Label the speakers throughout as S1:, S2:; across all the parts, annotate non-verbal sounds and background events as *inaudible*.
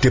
S1: ¿Te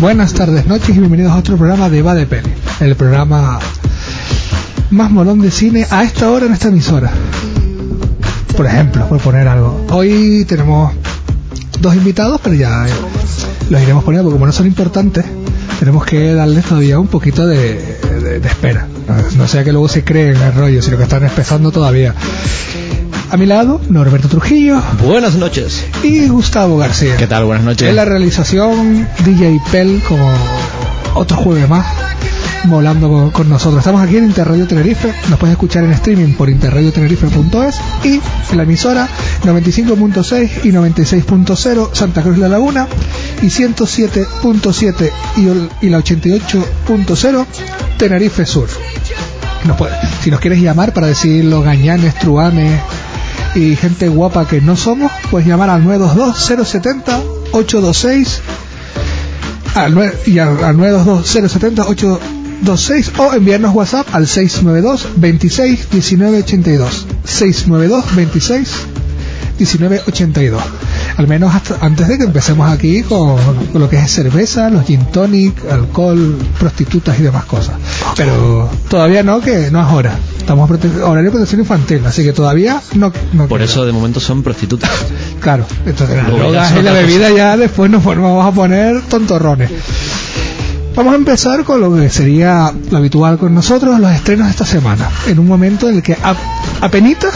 S2: Buenas tardes, noches y bienvenidos a otro programa de Va de Peli, el programa más molón de cine a esta hora en esta emisora. Por ejemplo, por poner algo. Hoy tenemos dos invitados, pero ya eh, los iremos poniendo porque como no son importantes, tenemos que darles todavía un poquito de, de- de espera. No, no sea que luego se creen el rollo, sino que están empezando todavía. A mi lado, Norberto Trujillo
S3: Buenas noches.
S2: y Gustavo García.
S3: ¿Qué tal? Buenas noches.
S2: Es la realización DJ Pel como otro jueves más volando con, con nosotros. Estamos aquí en Interradio Tenerife, nos puedes escuchar en streaming por interradiotenerife.es y en la emisora 95.6 y 96.0 Santa Cruz La Laguna y 107.7 y, ol- y la 88.0 Tenerife Sur. Nos puede- si nos quieres llamar para decir los gañanes, truanes y gente guapa que no somos, puedes llamar al 922-070-826 al nue- y al, al 922-070-826 o enviarnos WhatsApp al 692 26 19 82 692 26 19 82 al menos hasta- antes de que empecemos aquí con, con lo que es cerveza, los gin tonic, alcohol, prostitutas y demás cosas. Pero todavía no, que no es hora. Estamos en prote- horario de protección infantil, así que todavía no. no
S3: Por eso de momento son prostitutas. *laughs*
S2: Claro, entonces las
S3: Lo
S2: drogas
S3: verás
S2: y la
S3: otra
S2: bebida ya después nos pon- vamos a poner tontorrones. Vamos a empezar con lo que sería lo habitual con nosotros, los estrenos de esta semana. En un momento en el que ap- apenitas,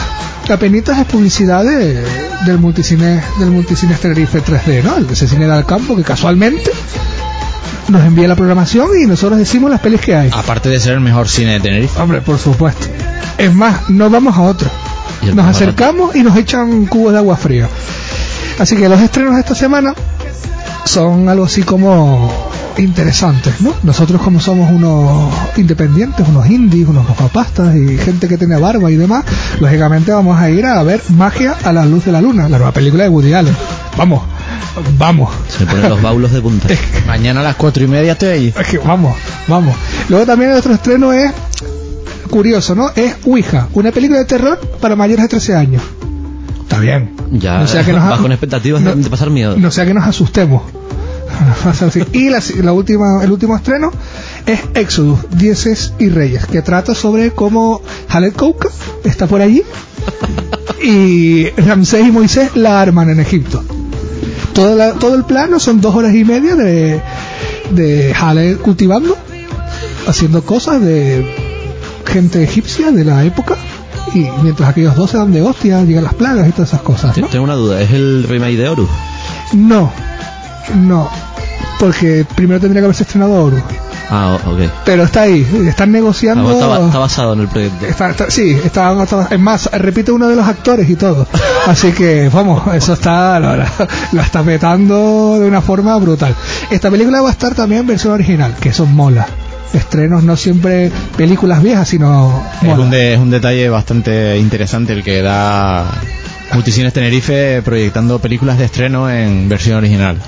S2: apenitas es publicidad de- del multicine, del multicine Tenerife 3D, ¿no? El ese cine del campo que casualmente nos envía la programación y nosotros decimos las pelis que hay.
S4: Aparte de ser el mejor cine de Tenerife.
S2: Hombre, por supuesto. Es más, no vamos a otro.
S3: Y el
S2: Nos
S3: más
S2: acercamos y nos echan cubos de agua fría. Así que los estrenos de esta semana son algo así como interesantes, ¿no? Nosotros como somos unos independientes, unos indies, unos papastas y gente que tiene barba y demás, lógicamente vamos a ir a ver Magia a la luz de la luna, la nueva película de Woody Allen. Vamos, vamos.
S3: Se me ponen los baulos de
S4: *laughs*
S3: punta.
S4: Mañana a las cuatro y media estoy
S2: *laughs*
S4: allí.
S2: Es que vamos, vamos. Luego también el otro estreno es curioso, ¿no? Es Ouija, una película de terror para mayores de 13 años. Está bien.
S3: Ya,
S2: O
S4: *laughs*
S2: sea que nos ha-
S3: vas con expectativas de-
S2: no-
S3: de pasar miedo.
S2: No sea que nos asustemos. *laughs* y la, la última, el último estreno es Exodus, Dieces y Reyes, que trata sobre cómo Jalet Kouka está por allí y Ramsés y Moisés la arman en Egipto. Todo, la- todo el plano son dos horas y media de, de Haled cultivando, haciendo cosas de gente egipcia de la época. Y mientras aquellos dos se dan de hostias, llegan las plagas y todas esas cosas. ¿no?
S3: Te- Tengo una duda, ¿es el remake de Oru?
S2: No, no, porque primero tendría que haberse estrenado Oru.
S3: Ah, o- ok.
S2: Pero está ahí, están
S3: Ah,
S2: negociando.
S3: bueno, está, ba- está basado en el proyecto.
S2: Está- está- sí, está, está- es más, repite uno de los actores y todo. Así que, vamos, eso está, lo, lo- lo está petando de una forma brutal. Esta película va a estar también en versión original, que eso mola. Estrenos no siempre películas viejas, sino.
S4: Es
S2: mola.
S4: un, de- es un detalle bastante interesante el que da Multicines Tenerife proyectando películas de estreno en versión original.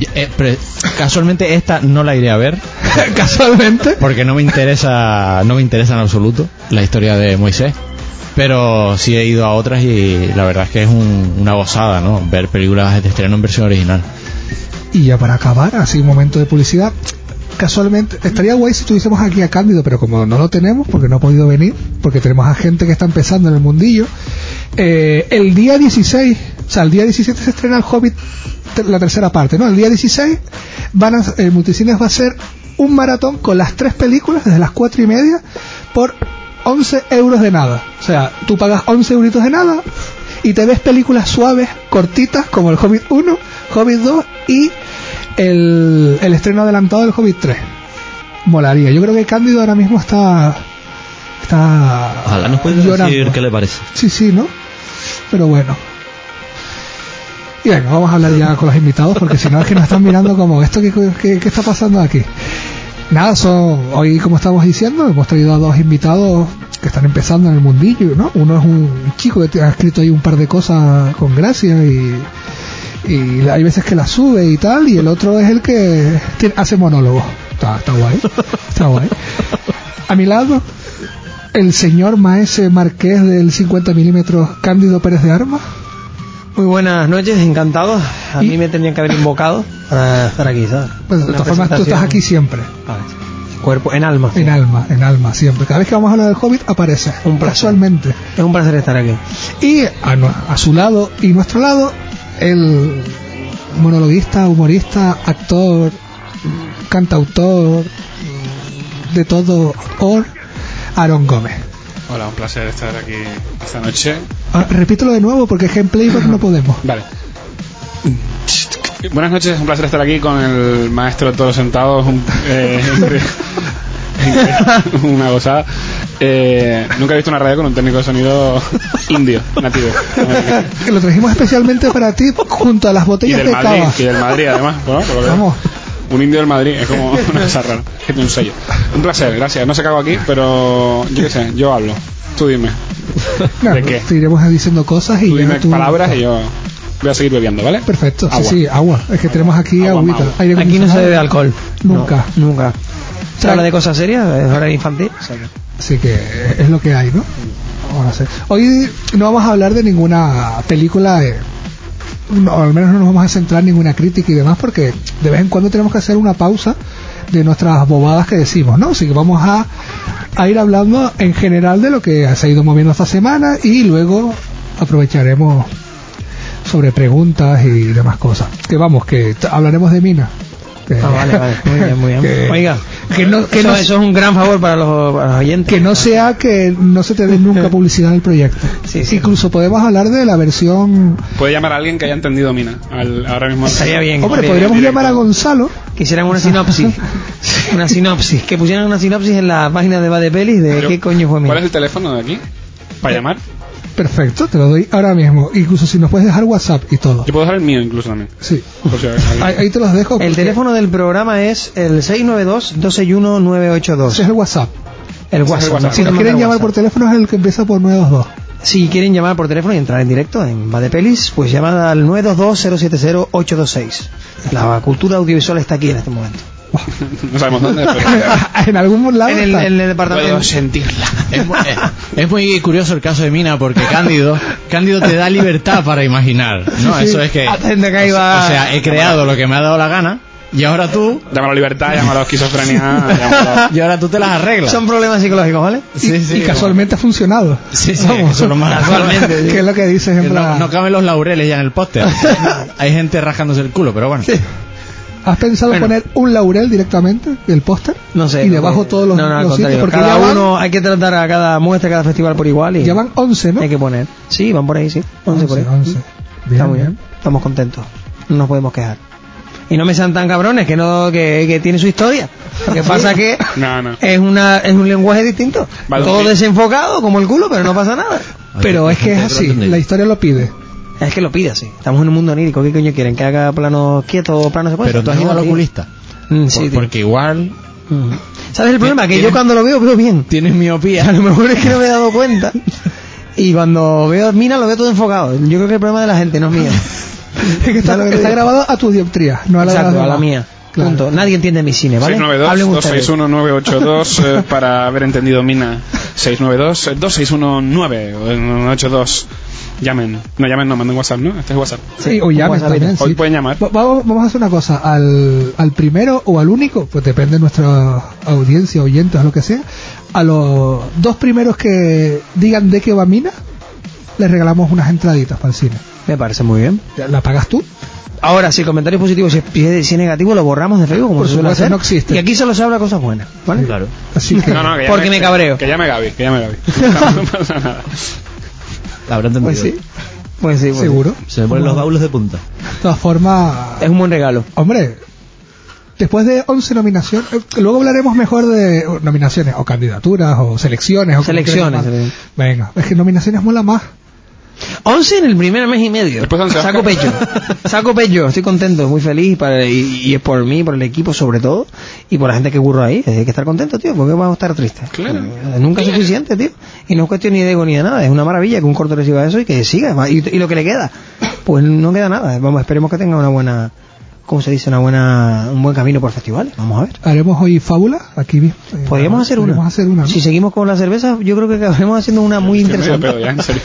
S4: Y- eh, pre- casualmente esta no la iré a ver
S2: *laughs* Casualmente.
S4: porque no me interesa no me interesa en absoluto la historia de Moisés pero sí he ido a otras y la verdad es que es un- una gozada ¿no? ver películas de estreno en versión original
S2: Y ya para acabar, así un momento de publicidad. Casualmente, estaría guay si tuviésemos aquí a Cándido, pero como no lo tenemos, porque no ha podido venir, porque tenemos a gente que está empezando en el mundillo. eh, el día 16, o sea, el día 17 se estrena el Hobbit, te- la tercera parte, ¿no? El día 16, van a, eh, Multicines va a hacer un maratón con las tres películas desde las cuatro y media por 11 euros de nada. O sea, tú pagas 11 euritos de nada y te ves películas suaves, cortitas, como El Hobbit 1, Hobbit 2 y el, el estreno adelantado del Hobbit 3. Molaría. Yo creo que Cándido ahora mismo está. Está.
S3: Ojalá nos pueda decir
S2: llorando.
S3: qué le parece.
S2: Sí, sí, ¿no? Pero bueno. Y bueno, vamos a hablar ya con los invitados porque si no es que nos están mirando como esto que, que- que está pasando aquí. Nada, son, hoy como estamos diciendo, hemos traído a dos invitados que están empezando en el mundillo, ¿no? Uno es un chico que te- ha escrito ahí un par de cosas con gracia y, y hay veces que las sube y tal, y el otro es el que tiene- hace monólogos. Está, está guay, está guay. A mi lado, el señor maese marqués del 50 milímetros Cándido Pérez de Armas.
S5: Muy buenas noches, encantados. A
S2: Y-
S5: mí me tenían que haber invocado para estar aquí, ¿sabes?
S2: Pues, de
S5: Una
S2: todas formas, tú estás
S5: presentación.
S2: aquí siempre,
S5: Vale. Cuerpo, en alma. sí.
S2: en alma, en alma, siempre. Cada vez que vamos a hablar del Hobbit aparece,
S5: Un placer.
S2: casualmente.
S5: Es un placer estar aquí.
S2: Y a, nu- a su lado y nuestro lado, el monologuista, humorista, actor, mm, cantautor, mm, de todo, or, Aaron Gómez.
S6: Hola, un placer estar aquí esta noche.
S2: Ah, repítelo de nuevo porque es que en Playboy no
S6: *laughs*
S2: podemos.
S6: Vale. Buenas noches, un placer estar aquí con el maestro de todos los sentados. un- eh, *laughs* una gozada. Eh, nunca he visto una radio con un técnico de sonido indio, nativo.
S2: Que lo trajimos especialmente para ti junto a las
S6: Y
S2: botellas
S6: del
S2: de
S6: Madrid,
S2: cava.
S6: y del Madrid además. ¿no? Por lo
S2: *laughs*
S6: que-
S2: Vamos.
S6: Un indio del Madrid, es como una cosa rara. que tiene un sello. Un placer, gracias. No se cago aquí, pero yo qué sé, yo hablo. Tú dime.
S2: Claro,
S6: ¿De qué?
S2: Te iremos diciendo cosas y
S6: Tú
S2: ya
S6: dime
S2: tú-
S6: palabras y yo voy a seguir bebiendo, ¿vale?
S2: Perfecto, sí,
S6: Agua.
S2: sí, agua. Es que tenemos aquí
S6: Agua,
S2: agüita.
S6: agua.
S2: aire
S5: Aquí no se
S2: acondicionado.
S5: bebe alcohol.
S2: Nunca.
S5: No, nunca. Se habla de cosas serias, es hora infantil. o sea que-
S2: Así que es lo que hay, ¿no? Ahora sí. Hoy no vamos a hablar de ninguna película, eh, no, al menos no nos vamos a centrar en ninguna crítica y demás, porque de vez en cuando tenemos que hacer una pausa de nuestras bobadas que decimos, ¿no? Así que vamos a, a ir hablando en general de lo que se ha ido moviendo esta semana y luego aprovecharemos sobre preguntas y demás cosas. Que vamos, que t- hablaremos de Mina. Eh, Que-
S5: Ah, vale, vale. Muy bien, muy bien.
S2: que-
S5: Oiga,
S2: que no, que
S5: eso,
S2: no,
S5: eso es un gran favor para los, para los oyentes.
S2: *laughs* que no sea que no se te dé nunca publicidad en el proyecto.
S5: Sí, sí.
S2: Incluso podemos hablar de la versión.
S6: Puede llamar a alguien que haya entendido Mina. al- ahora mismo.
S5: Estaría bien.
S2: Hombre,
S5: estaría
S2: podríamos
S6: directo.
S2: llamar a Gonzalo.
S5: bien. Que hicieran una sinopsis. Una sinopsis. Que pusieran una sinopsis en la página de Bad Pelis de
S6: Pero,
S5: qué coño fue mi.
S6: ¿Cuál es el teléfono de aquí? ¿Para llamar?
S2: Perfecto, te lo doy ahora mismo. Incluso si nos puedes dejar WhatsApp y todo.
S6: Yo puedo dejar el mío incluso también.
S2: Sí.
S6: Por si alguien-
S2: Ahí, ahí te los dejo.
S5: El
S2: porque
S5: teléfono del programa es el 692-261-982.
S2: ese es el WhatsApp.
S5: El
S6: Ese es el
S5: WhatsApp.
S6: WhatsApp.
S2: Si
S5: nos
S2: nos quieren
S5: mandar
S2: llamar
S5: WhatsApp.
S2: por teléfono es el que empieza
S5: *laughs*
S2: por 922.
S5: Si quieren llamar por teléfono y entrar en directo en Vadepelis, pues llamada al 922-070-826. La cultura audiovisual está aquí en este momento.
S6: no sabemos
S5: *laughs*
S6: dónde, pero.
S2: *laughs* en algún lado.
S5: En el,
S2: está.
S5: en el departamento.
S4: sentirla. Es, mu- eh, es muy curioso el caso de Mina porque Cándido, Cándido te da libertad para imaginar. No,
S2: Sí, sí.
S4: eso es que.
S5: Hasta donde caiga.
S4: o sea- o sea, he creado lo que me ha dado la gana y ahora tú,
S6: Llámalo libertad, llámalo esquizofrenia. llámalo-
S4: y ahora tú te las arreglas.
S5: Son problemas psicológicos, ¿vale?
S4: Sí, sí,
S2: y casualmente ha funcionado.
S4: Sí, sí, eso es lo más-
S5: Casualmente, sí.
S2: que es lo que dices en
S4: Que *laughs* no,
S2: plan,
S4: no caben los laureles ya en el póster. Hay gente rajándose el culo, pero bueno.
S2: ¿Has pensado
S5: Bueno.
S2: poner un laurel directamente del póster?
S5: No sé.
S2: Y debajo
S5: porque-
S2: todos los,
S5: No, no, al
S2: los sitios.
S5: contrario.
S2: Porque
S5: cada
S2: ya van-
S5: uno, hay que tratar a cada muestra, cada festival por igual y
S2: ya van 11, ¿no? Ah,
S5: hay que poner. Sí, van por ahí, sí. 11 por ahí.
S2: 11.
S5: Está muy bien. Estamos contentos. No nos podemos quejar. Y no me sean tan cabrones que no que, que tiene su historia.
S4: *laughs*
S5: Lo que pasa que
S6: No, no.
S5: es una es un lenguaje distinto.
S6: Vale,
S5: Todo
S6: sí.
S5: desenfocado como el culo, pero no pasa nada.
S2: Pero es que es así, la historia lo pide.
S5: Es que lo pide así. Estamos en un mundo onírico. ¿Qué coño quieren? ¿Que haga planos quietos o planos secuencias?
S4: Pero tú has ido al
S5: No, tío.
S4: oculista.
S5: Mm, sí,
S4: Por-
S5: tío.
S4: porque igual
S5: Mm. ¿Sabes el problema? Que yo
S4: ¿Tienes-
S5: cuando lo veo, veo bien.
S4: tienes
S5: *laughs* A
S4: miopía.
S5: lo mejor es que no me he dado cuenta. Y cuando veo Mina lo veo todo enfocado. Yo creo que el problema de la gente no es mío.
S2: Es que *laughs* está,
S5: Ya lo
S2: está
S5: creo.
S2: grabado a tu dioptría, no a la de
S5: Exacto,
S2: las
S5: a la
S2: demás.
S5: mía.
S2: Claro.
S5: Punto. Nadie entiende mi cine, ¿vale? Hablen ustedes.
S6: 692-261-982 eh, para haber entendido Mina. eh, 692-261-982. Llamen. No llamen, no, manden WhatsApp, ¿no? Este es WhatsApp.
S2: Sí, o llamen
S5: WhatsApp.
S2: también.
S6: Hoy
S2: sí.
S6: pueden llamar.
S2: Va- Vamos, vamos a hacer una cosa, al, al primero o al único, pues depende de nuestra audiencia, oyentes, lo que sea, a los dos primeros que digan de qué va Mina, les regalamos unas entraditas para el cine.
S5: Me parece muy bien.
S2: ¿La pagas tú?
S5: Ahora, si el comentario es positivo, si es, si es negativo, lo borramos de Facebook como
S2: Por
S5: se suele
S2: supuesto,
S5: hacer.
S2: no existe.
S5: Y aquí solo se habla cosas buenas, ¿vale?
S3: Claro.
S2: Así que...
S6: *laughs* No, no, que
S5: Porque me cabreo.
S6: *laughs* Que llame Gaby, que llame Gaby. No pasa nada.
S3: La habrá entendido.
S2: Pues sí.
S5: Pues sí, pues sí.
S2: seguro.
S3: Se me ponen los baules de punta.
S2: De todas formas,
S5: Es un buen regalo.
S2: hombre, después de 11 nominaciones, eh, luego hablaremos mejor de o, nominaciones, o candidaturas, o selecciones. O como
S5: Selecciones,
S2: quieras llamar.
S5: selecciones.
S2: Venga, es que nominaciones mola más.
S5: 11 en el primer mes y medio.
S6: Después once.
S5: Saco
S2: *laughs*
S5: pecho. Saco pecho. Estoy contento, muy feliz. Para, y, y es por mí, por el equipo sobre todo. Y por la gente que curro ahí. Hay que estar contento, tío. porque vamos a estar tristes?
S6: Claro.
S5: Eh, Nunca es suficiente, tío. Y no es cuestión ni de ego ni de nada. Es una maravilla que un corto reciba eso y que siga. va, Y, y lo que le queda. Pues no queda nada. Vamos, esperemos que tenga una buena... ¿Cómo se dice? Una buena, un buen camino por el festival. Vamos a ver.
S2: Haremos hoy fábula, aquí mismo. Eh,
S5: Podríamos hacer una.
S2: Podríamos hacer una. ¿no?
S5: Si seguimos con la cerveza, yo creo que acabaremos haciendo una muy
S6: Estoy medio pedo
S5: interesante.
S6: ya, en serio.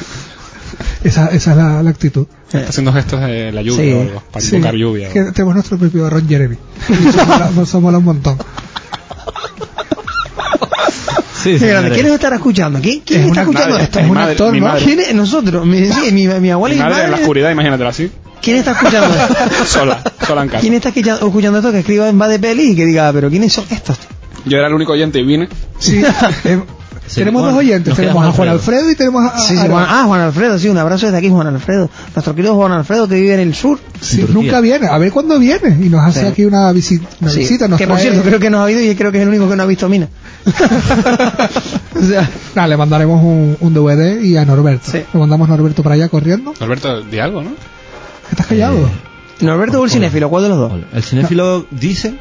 S2: Esa, esa es la, la actitud.
S6: Está haciendo gestos de la lluvia
S5: Sí.
S6: o algo, para
S2: Eh, Sí,
S6: invocar lluvia.
S2: Que tenemos nuestro propio Ron Jeremy.
S5: *laughs*
S2: Eso mola- Eso mola un montón.
S3: Sí,
S5: Qué grande. ¿Quiénes estarán escuchando? ¿Quién, quién
S2: Es
S5: está
S2: una-
S5: escuchando
S6: nadie.
S5: esto?
S6: Es
S5: ¿Un
S6: madre-
S5: actor,
S6: mi
S5: no?
S6: madre.
S5: ¿Quién es? Nosotros, mi, sí, mi, mi abuela
S6: Mi
S5: y mi
S6: madre
S5: madre.
S6: en la oscuridad, imagínatela así.
S5: ¿Quién está escuchando?
S2: *laughs*
S6: Sola, sola en casa.
S5: ¿Quién está escucha- escuchando esto que escriba en Va de Peli y que diga, "Ah, pero quiénes son estos?
S6: Yo era el único oyente y vine.
S2: Sí, eh,
S3: Sí,
S2: tenemos
S3: Juan,
S2: dos oyentes,
S3: nos queda
S2: tenemos a
S3: Juan
S2: Juan Alfredo y tenemos a...
S5: Sí, sí,
S2: a-
S5: Juan- ah, Juan Alfredo, sí, un abrazo desde aquí, Juan Alfredo. Nuestro querido Juan Alfredo que vive en el sur.
S2: Sí,
S3: Turquía.
S2: nunca viene, a ver cuándo viene y nos hace
S5: Sí.
S2: aquí una, visi- una
S5: Sí,
S2: visita. Nos
S5: que por
S2: trae-
S5: cierto, creo que nos ha oído y creo que es el único que no ha visto a Mina. *laughs* o sea,
S2: Nada, le mandaremos un, un DVD y a Norberto.
S5: Sí.
S2: Le mandamos a Norberto para allá corriendo.
S6: Alberto, di algo, ¿no?
S2: ¿Estás callado?
S5: Norberto o el cinéfilo, ¿cuál de los dos?
S3: El cinéfilo dice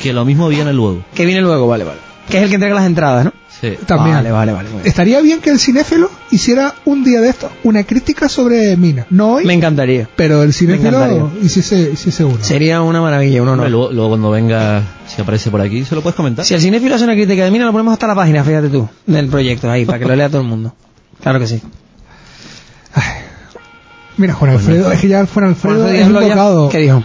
S3: que lo mismo viene luego.
S5: Que viene luego, vale, vale. Que es el que entrega las entradas, ¿no?
S3: Sí.
S2: También.
S5: Vale, vale, vale. muy bien.
S2: Estaría bien que el cinéfilo hiciera un día de esto una crítica sobre Mina. No hoy,
S5: Me encantaría.
S2: pero el cinéfilo
S5: encantaría.
S2: hiciese, hiciese uno.
S5: Sería una maravilla, un
S3: Hombre,
S5: honor.
S3: Luego, luego cuando venga, si aparece por aquí, se lo puedes comentar.
S5: Si el cinéfilo hace una crítica de Mina, lo ponemos hasta la página, fíjate tú, del proyecto ahí, para que lo lea todo el mundo. Claro que sí.
S2: Ay. Mira, Juan Alfredo, es que ya Juan Alfredo
S5: Juan Alfredo
S2: es un
S5: Diablo ya-
S2: bocado.
S5: ¿Qué dijo?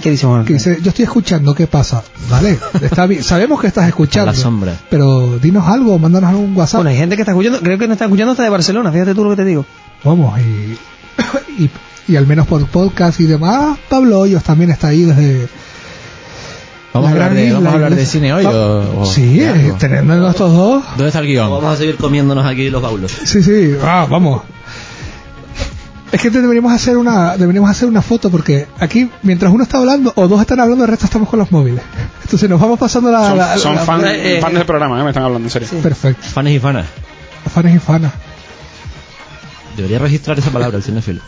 S5: ¿Qué dice Juan?
S2: que
S5: Alfredo?
S2: dice, yo estoy escuchando, ¿qué pasa? Vale, está bien, *laughs* sabemos que estás escuchando.
S3: A la sombra.
S2: Pero dinos algo, mándanos algún WhatsApp.
S5: Bueno, hay gente que está escuchando, creo que no está escuchando hasta de Barcelona, fíjate tú lo que te digo.
S2: Vamos, y, *coughs* y, y al menos por podcast y demás, Pablo Hoyos también está ahí desde...
S4: Vamos a hablar
S2: la gran
S4: de, vamos
S2: isla
S4: a hablar de
S2: inglesa.
S4: cine hoy.
S2: Va-
S4: o- o
S2: sí,
S4: de algo.
S2: eh, teniendo a estos dos.
S4: ¿Dónde está el guión?
S3: Vamos a seguir comiéndonos aquí los baulos.
S2: Sí, sí, ah, vamos. Es que te deberíamos hacer una deberíamos hacer una foto porque aquí mientras uno está hablando o dos están hablando, el resto estamos con los móviles. Entonces nos vamos pasando Ah, la, la-
S6: Son, son
S2: la-
S6: fan-
S5: eh,
S6: fans del programa, ¿eh? me están hablando en serio.
S2: perfecto,
S3: Fanes y fanas.
S2: fanes y fanas.
S3: Debería registrar esa palabra, el cinéfilo.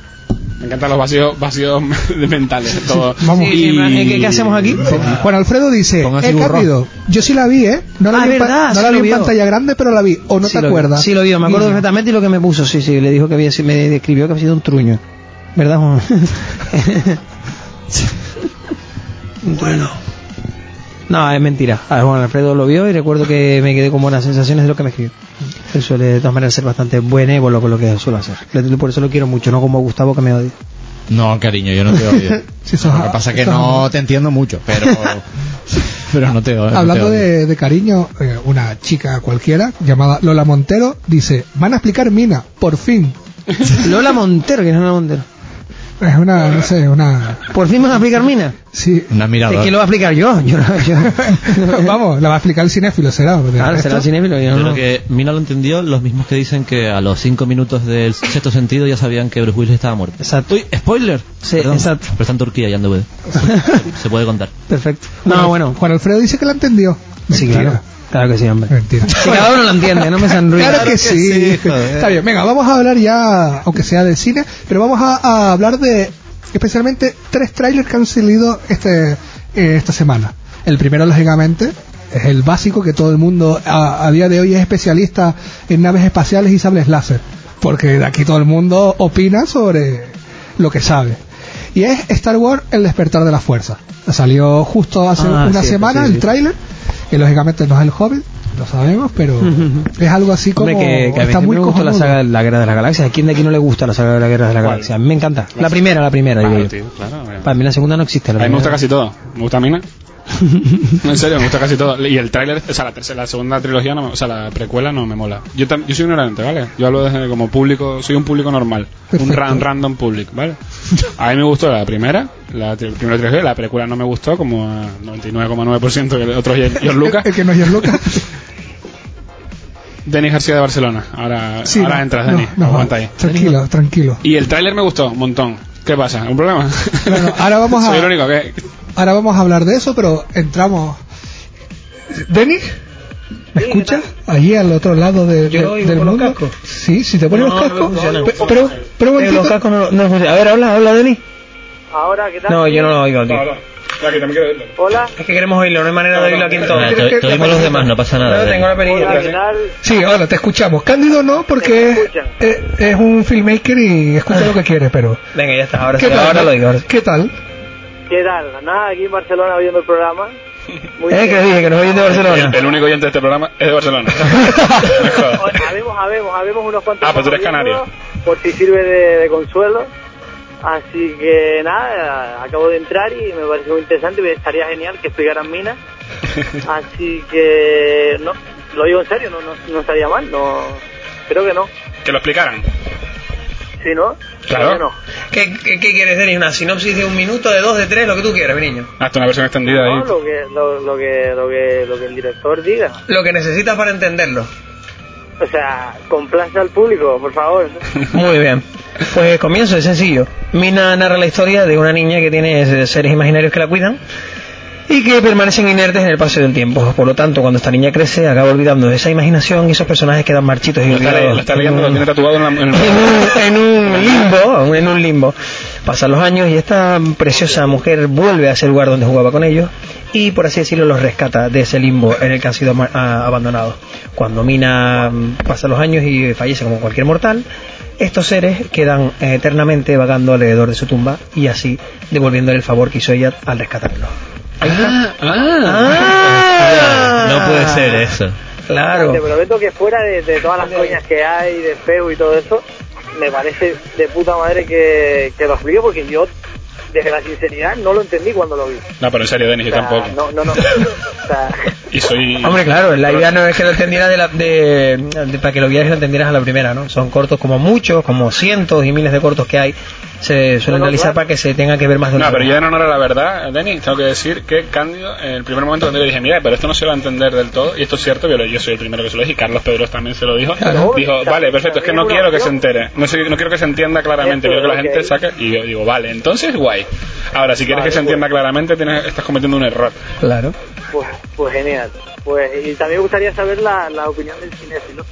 S6: Me encantan los vacíos, vacíos *laughs* mentales. Todo.
S2: Vamos.
S5: Sí, en plan, ¿eh?
S6: Y-
S5: ¿Qué, qué hacemos aquí?
S2: Juan Alfredo dice,
S4: Ponga
S2: eh,
S4: así burro".
S2: rápido, yo sí la vi, ¿eh? No la
S5: Ah,
S2: vi, en pa-
S5: verdad,
S2: no
S5: sí
S2: la
S5: lo
S2: vi en
S5: vio.
S2: pantalla grande, pero la vi. ¿O no
S5: Sí
S2: te
S5: lo-
S2: acuerdas?
S5: Sí, lo vio, me acuerdo
S2: Guiño.
S5: perfectamente y lo que me puso, sí, sí, le dijo que había, me describió que había sido un truño. ¿Verdad,
S2: *laughs*
S5: Juan? bueno. No, es mentira. A ver, Juan Alfredo lo vio y recuerdo que me quedé con buenas sensaciones de lo que me escribió. Él suele de todas maneras ser bastante benévolo con lo que suele hacer. Le- Por eso lo quiero mucho, no como a Gustavo que me
S2: *laughs*
S5: odia.
S4: No, cariño, yo no te odio.
S2: Sí, sos-
S4: Lo que pasa es que
S2: sos-
S4: no te entiendo mucho, pero.
S2: *laughs*
S4: Pero no te odio. no te
S2: Hablando
S4: odio.
S2: de, de cariño, eh, una chica cualquiera llamada Lola Montero dice, van a explicar Mina, por fin.
S5: Lola Montero, que es Lola Montero.
S2: Es una, no sé, una...
S5: Por fin me vas a explicar Mina.
S2: Sí.
S4: Una
S5: Es
S4: mirada.
S5: que lo va a explicar yo. yo, no- yo.
S2: *laughs* Vamos, la va a explicar el cinéfilo, será. porque el
S5: Claro,
S2: resto-
S5: será el cinéfilo, yo
S3: Yo
S5: no.
S3: creo que Mina lo entendió, los mismos que dicen que a los 5 minutos del sexto sentido ya sabían que Bruce Willis estaba muerto.
S5: Exacto.
S3: Uy, spoiler.
S5: Sí, exacto.
S3: Pero está en Turquía y anda DVD. Se puede contar.
S5: Perfecto. No, bueno.
S2: Juan Alfredo dice que la entendió.
S5: Sí, claro.
S2: Mentira,
S5: Claro que sí, hombre.
S2: Mentira.
S5: Si cada uno lo entiende, no me sonríe.
S2: Claro que sí. *laughs*
S4: joder.
S2: Está bien, venga, vamos a hablar ya, aunque sea de cine, pero vamos a, a hablar de especialmente tres trailers que han salido este, eh, esta semana. El primero, lógicamente, es el básico que todo el mundo a, a día de hoy es especialista en naves espaciales y sables láser, porque de aquí todo el mundo opina sobre lo que sabe. Y es Star Wars, el despertar de la fuerza. Salió justo hace
S5: Ah,
S2: una
S5: cierto,
S2: semana
S5: sí,
S2: el
S5: sí.
S2: tráiler, que lógicamente no es el Hobbit, lo sabemos, pero
S5: *laughs*
S2: es algo así como
S5: Hombre, que, que a mí
S2: está muy
S5: me gusta la
S2: cojonudo.
S5: saga de la Guerra de las Galaxias. ¿A quién de aquí no le gusta la saga de la Guerra de las
S6: ¿Cuál?
S5: Galaxias? A mí me encanta. La primera, la primera,
S6: Claro,
S5: digo yo.
S6: tío, claro, mira.
S5: Para mí la segunda no existe. La
S6: A mí me gusta
S5: primera.
S6: casi todo. Me
S2: *laughs*
S6: gusta Mina. No, en serio, me gusta casi todo. Y el tráiler, o sea, la, tercera- la segunda trilogía, no me- o sea, la precuela no me mola. Yo, tam- yo soy ignorante, ¿vale? Yo hablo desde como público, soy un público normal. Un
S2: Perfecto.
S6: ran- random public, ¿vale? A mí me gustó la primera, la tri- primera trilogía, la precuela no me gustó, como a 99,9% de otros George
S5: *laughs*
S6: Lucas.
S2: El que no es George Lucas.
S6: Denis García de Barcelona. Ahora,
S2: Sí,
S6: ahora
S2: no,
S6: entras,
S2: no,
S6: Denis.
S2: no,
S6: Aguanta ahí.
S2: Tranquilo, tranquilo.
S6: Y el tráiler me gustó un montón. ¿Qué pasa? ¿Un problema?
S2: Bueno, ahora vamos
S6: *laughs* Soy el
S2: a,
S6: único que...
S2: ahora vamos a hablar de eso, pero entramos. ¿Denis? ¿Me escuchas? Allí al otro lado de,
S5: Yo
S2: de-
S5: oigo
S2: del
S5: por los
S2: mundo.
S5: cascos.
S2: Sí, si te pones
S5: No,
S2: los
S5: no
S2: cascos.
S5: funcionan.
S2: pe- pero, pero un
S5: Eh,
S2: momentito.
S5: los cascos no, no funcionan. A ver, habla, habla, Denis.
S7: Ahora, ¿qué tal?
S5: No, yo no lo oigo, tío.
S7: Hola,
S5: Es que queremos oírlo, no hay manera de oírlo aquí en todo.
S3: Ah, te, te oímos los demás, no pasa nada.
S5: No, tengo la
S7: hola, ¿qué
S5: perilla.
S7: tal?
S2: Sí, ahora te escuchamos. Cándido no, porque
S7: Me escuchan.
S2: es, es un filmmaker y escucha lo que quiere, pero.
S5: Venga, ya está, ahora
S2: ¿Qué
S5: sí,
S2: tal?
S5: ahora lo digo. ahora sí.
S2: ¿Qué tal?
S7: ¿Qué tal? Nada, aquí en Barcelona viendo el programa.
S6: *laughs*
S7: Muy
S5: Eh,
S7: bien.
S5: que dije, que nos oyen de Barcelona.
S6: El, el único oyente de este programa es de
S7: *laughs*
S6: Barcelona. Me jodas.
S7: Oye, habemos, habemos, habemos unos cuantos.
S6: Ah, pues tú eres
S7: más
S6: canario.
S7: oyéndonos, Por si sirve de, de consuelo. Así que nada, acabo de entrar y me pareció muy interesante y estaría genial que
S6: *laughs*
S7: explicaran minas. Así que, no, lo digo en serio, no, no, no estaría mal, no, creo que no.
S6: que lo explicaran.
S7: Sí, ¿no?
S6: Claro.
S7: Creo que no.
S5: ¿Qué, qué, qué quieres, Denis? ¿Una sinopsis de un minuto, de dos, de tres? Lo que tú quieras, mi niño.
S6: Hasta Ah, una versión extendida ahí.
S7: No, lo que, lo, lo que, lo que, lo que el director diga.
S5: Lo que necesitas para entenderlo.
S7: O sea, complace al público, por favor.
S5: Muy bien. Pues comienzo, es sencillo. Mina narra la historia de una niña que tiene eh, seres imaginarios que la cuidan y que permanecen inertes en el paso del tiempo. Por lo tanto, cuando esta niña crece, acaba olvidando de esa imaginación y esos personajes quedan marchitos y
S6: Lo está,
S5: olvidados.
S6: lo está leyendo, lo tiene tatuado en, la, en el-
S5: en un, en un limbo, en un limbo. Pasan los años y esta preciosa mujer vuelve a ese lugar donde jugaba con ellos y, por así decirlo, los rescata de ese limbo en el que han sido ama- a- abandonados. Cuando Mina mm, pasa los años y fallece como cualquier mortal, estos seres quedan eh, eternamente vagando alrededor de su tumba y así devolviéndole el favor que hizo ella al rescatarlo.
S7: ah.
S5: Ah,
S3: No puede ser *laughs* eso.
S5: Claro.
S7: Te prometo que fuera de, de todas las coñas que hay, de feo y todo eso, me parece de puta madre que, que lo explique porque yo, desde la sinceridad, no lo entendí cuando lo vi. O
S6: No, pero en serio, Denis, yo
S7: sea,
S6: tampoco.
S7: No, no, no. O sea, *laughs*
S6: Y soy...
S5: Hombre, claro, la idea no es que lo entendieras de la, de, de- para que lo vieras y lo entendieras a la primera, ¿no? Son cortos como muchos, como cientos y miles de cortos que hay. Se suelen
S7: No, no,
S5: realizar
S7: claro.
S5: para que se tenga que ver más de una
S6: No, pero
S5: vez.
S6: yo en honor a la verdad, Denis, tengo que decir que Cándido, en el primer momento donde le dije, mira, pero esto no se va a entender del todo, y esto es cierto, yo, lo- yo soy el primero que se lo dije, y Carlos Pedros también se lo dijo,
S7: Claro.
S6: dijo, vale, perfecto, es que no
S7: También
S6: quiero que se
S7: una
S6: entere, no, sé- no quiero que se entienda claramente,
S7: Eso
S6: quiero que
S7: es,
S6: la
S7: ok.
S6: gente saque, y yo digo, vale, entonces guay. Ahora, si quieres
S7: Vale,
S6: que se
S7: pues.
S6: entienda claramente, tienes- estás cometiendo un error.
S5: Claro.
S7: pues, pues genial. Pues, y también me gustaría saber la, la opinión del cinéfilo.